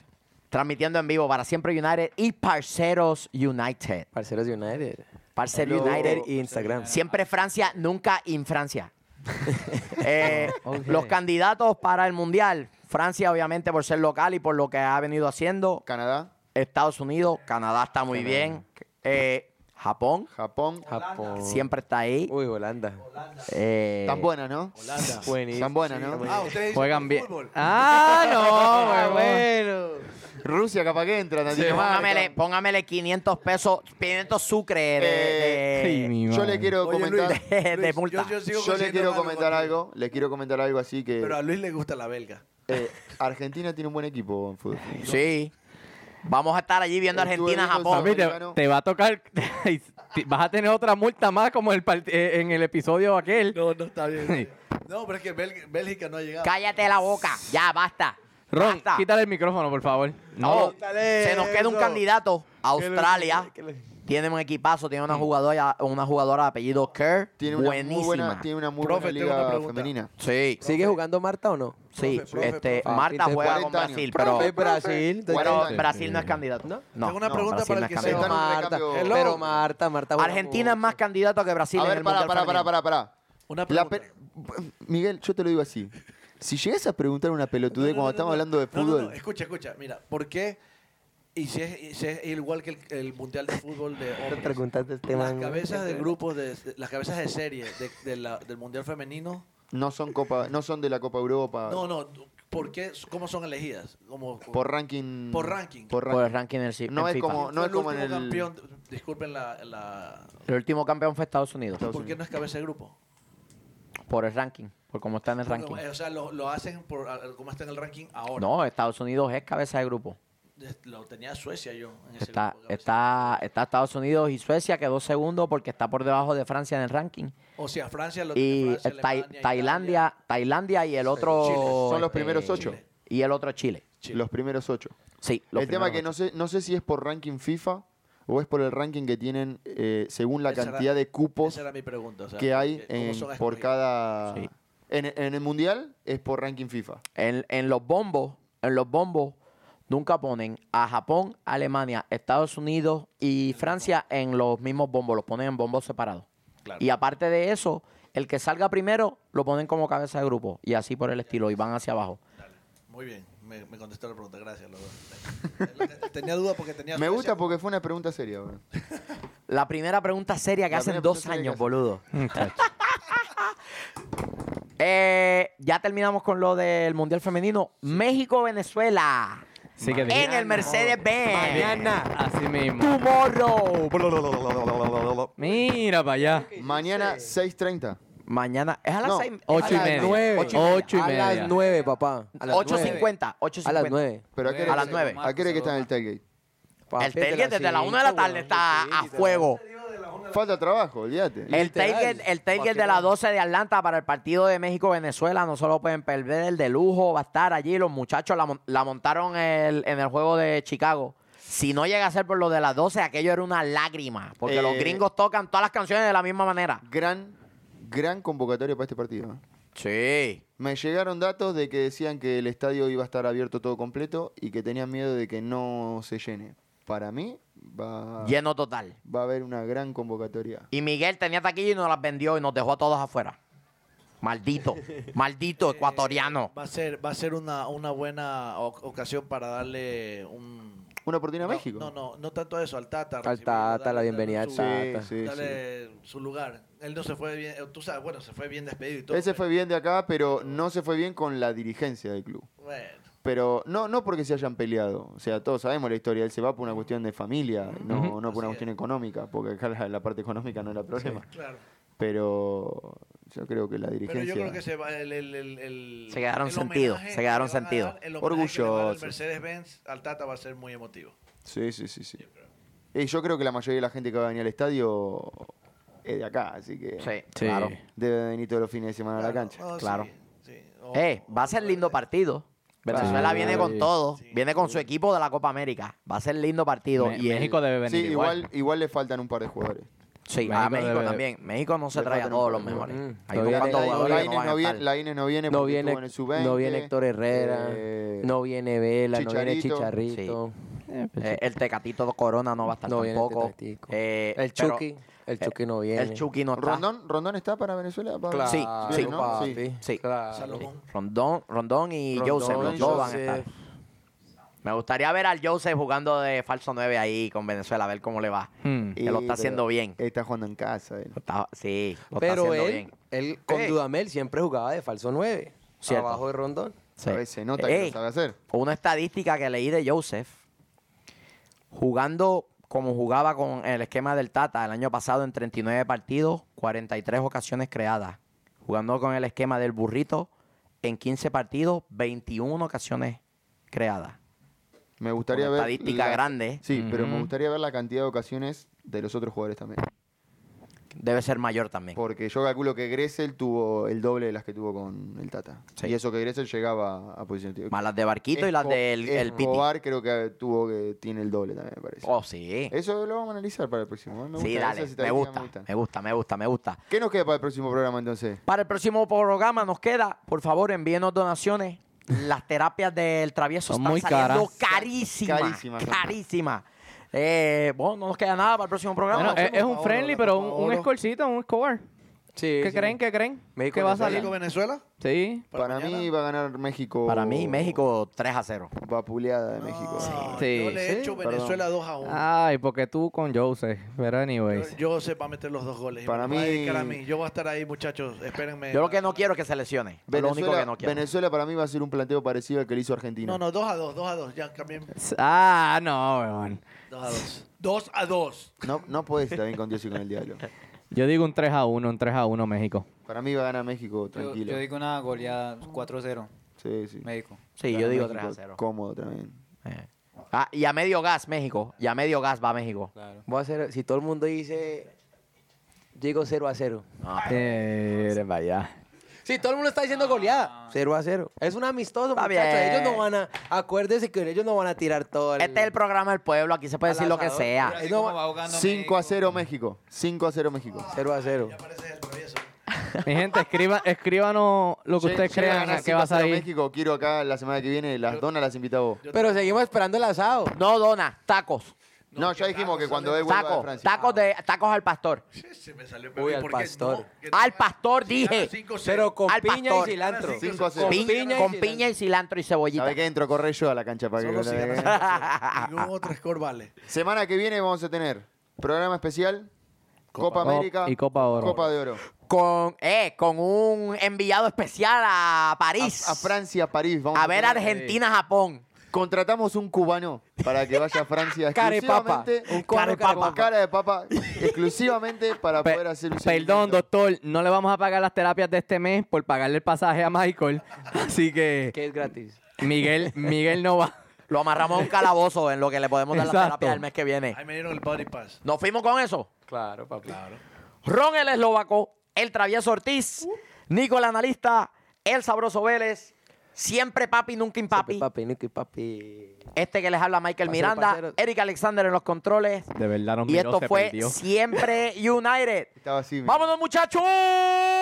Transmitiendo en vivo para Siempre United y Parceros United.
Parceros United.
Parceros
Lo-
United.
Twitter y Instagram.
Siempre Francia, nunca Infrancia. Eh,
Ok.
Los candidatos para el Mundial. Francia, obviamente, por ser local y por lo que ha venido haciendo.
Canadá,
Estados Unidos, Canadá está muy bien. Eh, Japón,
Japón.
Japón.
siempre está ahí.
Uy, Holanda.
Eh,
Están buenas, ¿no?
Holanda.
Buenísimo.
Están buenas, ¿no?
Ah, ustedes dicen
Juegan
por
bien.
fútbol.
Ah, no, huevón.
Rusia capaz que entra. Dinamarca.
póngamele, póngamele 500 pesos, 500 sucre
Eh,
de-
Sí,
de,
mi
Yo
madre.
le quiero
Eh, Oye, Luis,
comentar.
de- de
Luis,
multa.
Yo, yo
Yo
sigo
le
consiguiendo
quiero
algo
comentar
contigo.
algo, le quiero comentar algo así que
Pero a Luis le gusta la belga.
eh, Argentina tiene un buen equipo en fútbol.
Sí. Vamos a estar allí viendo
Estuve
Argentina,
viendo
Japón.
Papi, te,
Americano.
te va a tocar. te- vas a tener otra multa más como el part- eh, en el episodio aquel.
No, no está bien.
Sí.
No, pero es que Bélgica, Bélgica no ha llegado.
Cállate la boca. Ya, basta.
Ron,
Basta. Oh.
quítale el micrófono, por favor.
No,
Quítale
se nos queda un
eso.
candidato. Australia. Tiene un equipazo, tiene una jugadora, una jugadora de apellido Kerr.
Tiene una
buenísima.
muy buena, tiene una muy
Profe,
buena
tengo una
liga
pregunta.
femenina.
Sí,
¿Sigue jugando Marta o no?
sí.
Profe, profe,
este,
profe.
Marta
Tiene
juega con
40 años.
Brasil,
Pero
pero,
es Brasil.
Profe,
pero
años.
Brasil no es candidato. No,
Tengo una pregunta
Brasil
para
no
el
es
que
candidato.
Está en un
Marta.
recambio.
Pero Marta, Marta. juega
Argentina
mucho.
es más candidato que Brasil.
A
en
ver,
el
para,
Mundial
para, para,
Femenino.
para, para.
Una
La
pregunta.
pe- Miguel, yo te lo digo así. Si llegas a preguntar una pelotudez
No,
cuando
no, no,
estamos
no.
hablando de
No, no,
fútbol,
no, Escucha, escucha. Mira, ¿por qué? Y si es, y si es igual que el, el mundial de fútbol de
Te
hombres.
preguntaste este
Las
man.
cabezas de grupos, de, de- las cabezas de serie de- de la- del mundial femenino.
no son copa, no son de la Copa Europa
No, no. ¿Por qué? ¿Cómo son elegidas? Como,
Ah. por ranking.
Por ranking.
Por
Por el
ranking.
ranking del
No es como-
¿Quién fue
es como en
último
el-
campeón. Disculpen la, la-
El último campeón fue Estados Unidos.
¿Por qué no es cabeza de grupo?
Por el ranking. Por cómo está en el
Porque,
ranking.
O sea, lo, lo hacen por a- como está en el ranking ahora.
No, Estados Unidos es cabeza de grupo.
Es- Lo tenía Suecia yo. En ese
Está,
grupo de cabeza.
está, está Estados Unidos y Suecia quedó segundo porque está por debajo de Francia en el ranking.
O sea, Francia lo tiene
Y
Francia,
eh, Tai-
Alemania,
Tailandia, Tailandia y el
Chile.
otro.
Son los
este,
primeros ocho.
Chile.
Y el otro Chile.
Chile.
Los primeros ocho.
Sí, los
El tema es que
primeros
no sé, no sé si es por ranking FIFA o es por el ranking que tienen eh, según la
Esa era-
cantidad de cupos
Esa era mi pregunta. o sea,
que hay
¿cómo
en-
son las
por
escogidas?
cada.
Sí.
En, en el mundial es por ranking FIFA.
ocho. En, en los bombos, en los bombos nunca ponen a Japón, Alemania, Estados Unidos y Francia en los mismos bombos, los ponen en bombos separados.
Claro.
Y aparte de eso, el que salga primero lo ponen como cabeza de grupo y así por el estilo y van hacia abajo.
Muy bien, me, me contestó la pregunta. Gracias. los dos. tenía duda porque tenía
Me
Suecia
gusta
como-
porque fue una pregunta seria. bro.
La primera pregunta seria que
La
hacen
primera
dos
pregunta seria
años,
que
boludo. Eh, ya terminamos con lo del Mundial Femenino. México-Venezuela.
Así que
En el Mercedes-Benz.
Así mismo.
Tomorrow.
Mira para allá.
Mañana 6.30.
Mañana. Es a las
No,
seis.
Ocho y
a las
media.
nueve.
Nueve.
Ocho y media. Ocho y
A
media.
las nueve, papá. A las nueve.
8.50. 8.50.
A las nueve.
Pero ¿a qué hora
A las
que-
nueve.
¿A qué hora que está en el tailgate?
Papi,
El tailgate desde las 1 de la
cinco,
tarde
weón.
está
Sí,
a
desde
fuego.
Falta trabajo, olvídate.
El
Literal.
tailgate, el tailgate
¿Para qué
de las
no?
12 de Atlanta para el partido de México-Venezuela. No se lo pueden perder, el de lujo va a estar allí. Los muchachos la, mon- la montaron el- en el juego de Chicago. Si no llega a ser por lo de las 12, aquello era una lágrima. Porque los
Eh,
gringos tocan todas las canciones de la misma manera.
Gran, gran convocatoria para este partido. ¿eh?
Sí.
Me llegaron datos de que decían que el estadio iba a estar abierto todo completo y que tenían miedo de que no se llene. Para mí va,
Ah. Lleno total.
va a haber una gran convocatoria.
Y Miguel tenía taquilla y nos las vendió y nos dejó a todos afuera. Maldito, maldito ecuatoriano.
Eh, Va a ser, va a ser una, una buena o- ocasión para darle un...
Una oportunidad a
no,
México.
No, no, no tanto eso, al Tata.
Al Tata, la bienvenida al
su-
Tata.
Sí, sí,
darle su lugar. Él no se fue bien, eh, tú sabes, bueno, se fue bien despedido y todo.
Él se fue
pero-
bien de acá, pero no se fue bien con la dirigencia del club.
Bueno,
Pero no, no porque se hayan peleado. O sea, todos sabemos la historia. Él se va por una cuestión de familia, no, no por
Así
una
es.
cuestión económica, porque acá la, la parte económica no era problema.
claro.
Pero yo creo que la dirigencia.
Pero yo creo que se va el, el, el, el-
Se quedaron
el
sentido,
homenaje
se quedaron
que le van a
sentido.
dar, el homenaje que le va a dar
Orgulloso.
El Mercedes Benz al Tata va a ser muy emotivo.
Sí, sí, sí. sí. Y yo creo que la mayoría de la gente que va a venir al estadio es de acá, así que
Sí,
Sí.
claro.
debe venir todos los fines de semana a la cancha.
No, sí,
claro.
Ah, sí. Oh. O-
Eh, va a ser lindo partido. Venezuela
Sí.
viene con todo. Viene con su equipo de la Copa América. Va a ser lindo partido.
Me-
y el-
México debe venir
sí,
igual.
igual, igual le faltan un par de jugadores.
Sí,
México
a México
debe-
también. México no se
le
trae a
faltan
todos
un
los
par de
mejores.
jugadores. Mm,
Hay unos
todavía
cuantos
le-
jugadores
La
que
Ine
no van
no
a
viene,
estar.
Lainez no viene
No
porque
viene,
estuvo en el sub-20.
no viene Héctor Herrera,
eh,
no viene Vela, no viene
Chicharito.
Chicharrito.
Eh, el Tecatito Corona no va a estar
No viene el
tampoco.
Tecatico.
Eh,
El
pero-
Chucky, el
eh,
Chucky no viene.
El Chucky no está.
¿Rondón, ¿Rondón está para Venezuela? Pablo?
Sí, sí.
Viene, ¿no? Sí.
papi,
Sí.
claro.
Salomón.
Rondón, Rondón y
Rondón,
Joseph, los dos van a
Joseph.
estar. Me gustaría ver al Joseph jugando de falso 9 ahí con Venezuela, a ver cómo le va.
Hmm.
Que lo está haciendo bien.
Está jugando en casa. él.
Está- sí, lo está
Pero
haciendo
él,
bien.
él con
Eh.
Dudamel siempre jugaba de falso 9,
Cierto.
abajo de Rondón.
Sí.
A veces se nota que
Ey,
lo sabe hacer.
Una estadística que leí de Joseph, jugando como jugaba con el esquema del Tata el año pasado en 39 partidos, 43 ocasiones creadas. Jugando con el esquema del burrito en 15 partidos, 21 ocasiones creadas.
Me gustaría
Una
ver.
estadística grande.
Sí, pero me
Ujú.
gustaría ver la cantidad de ocasiones de los otros jugadores también.
Debe ser mayor también.
Porque yo calculo que Gressel tuvo el doble de las que tuvo con el Tata.
Sí.
Y eso que Gressel llegaba a posición de
Más las de Barquito y las
Esco-
del el Piti.
Escobar creo que tuvo que tiene el doble también, me parece.
Oh, sí.
Eso lo vamos a analizar para el próximo. ¿eh? Me
sí,
gusta,
dale.
esas
Me
estadísticas
gusta, me gusta, me gusta, me gusta.
¿Qué nos queda para el próximo programa entonces?
Para el próximo programa nos queda, por favor, envíenos donaciones. Las terapias del travieso
Son
están
muy
saliendo
caras.
carísimas.
Carísimas,
Carísimas.
son.
Eh, bueno, no nos queda nada para el próximo programa.
Bueno, eh,
Nos
es,
vemos.
es un friendly, pero un, un
Oro.
scorcito, un score. ¿Qué creen? ¿Qué creen?
México
¿Qué va a
Venezuela.
salir?
¿México, Venezuela?
Sí.
Para,
Para
mí
mañana.
va a ganar México.
Uh. Para mí, México 3 a 0.
Vapuleada de México.
No,
Sí,
Ah, yo le he
sí, Ah,
hecho
perdón.
Venezuela 2 a 1.
Ay, porque tú con Joseph. Pero anyways.
Yo sé va a meter los dos goles. y
Para
me va a
mí-
dedicar a mí. Yo voy a estar ahí, muchachos. Espérenme.
Yo lo que no quiero es que se lesione. Es lo
Venezuela,
único que no quiero.
Venezuela para mí va a ser un planteo parecido al que le hizo Argentina.
No, no, 2 a 2, 2 a 2. Ya cambié. 2
Ah, no, weón.
a 2. 2 a 2.
No, no podés estar bien con Dios y con el diablo.
Yo digo un 3 a 1, un 3 a 1 México.
Para mí va a ganar México
Yo,
tranquilo.
yo digo una goleada 4-0,
sí, sí.
México.
Sí,
Gana
yo digo
México
3 a 0.
Cómodo también.
Eh. Ah, y a medio gas, México. Y a medio gas va México.
Claro.
Voy a hacer, si todo el mundo dice, llego 0 a 0.
No,
Eh, vaya.
Si todo el mundo está diciendo goleada, 0 Ah. a 0. Es un amistoso,
Está
muchachos.
bien.
Ellos no van a, acuérdense que ellos no van a tirar todo el...
Este es el programa del pueblo, aquí se puede
Al
decir lo que
asador.
sea.
Así
no,
como va ahogando
5 Ah, a
México.
0 México. 5 a 0 México.
0 a 0.
Mi gente, escriba, escríbanos lo que
Che,
ustedes
llega a
crean
ganar
a qué va
5
a
0
salir.
México, quiero acá la semana que viene, las donas las invitamos.
Pero seguimos esperando el asado.
No dona, tacos.
No, ya dijimos que cuando él vuelva de
Tacos,
Francia.
tacos, de, tacos al pastor.
Sí, se me salió.
Uy, al pastor.
Al pastor dije.
Pero con
Al
piña
pastor.
y cilantro.
Ahora sí que
Cinco a
se-
cero.
Con
Pi-
piña y
con
cilantro.
piña y cilantro y
¿Sabe
cebollita.
qué? Entro, corre yo a la cancha para
Solo
que
si ganas cinco a cero. Ningún otro score vale.
Semana que viene vamos a tener programa especial, Copa,
Oro.
América
Y Copa Oro.
Copa de Oro.
Con, eh, con un enviado especial a París.
A, a Francia, París. Vamos
A ver
tener-
Argentina-Japón.
Contratamos un cubano para que vaya a Francia
Cara de papa.
exclusivamente-
Un cubano
Cara de
con
papa.
cara de papa exclusivamente para
Pe-
poder hacer un
Perdón,
seguimiento.
doctor, no le vamos a pagar las terapias de este mes por pagarle el pasaje a Michael. Así que
Que es gratis.
Miguel, Miguel no va.
Lo amarramos a un calabozo en lo que le podemos dar la
Exacto.
terapia el mes que viene.
Ahí me dieron el body pass.
Nos fuimos con eso.
Claro, papi.
Ron el eslovaco, el travieso Ortiz, Nico el analista, el sabroso Vélez, siempre papi, nunca
Papi.
impapi.
Papi, Nico y papi.
Este que les habla Michael
Parcero,
Miranda,
parcero.
Eric Alexander en los controles.
De verdad, no
Y esto fue Siempre United.
Estaba así, mira.
¡Vámonos, muchachos!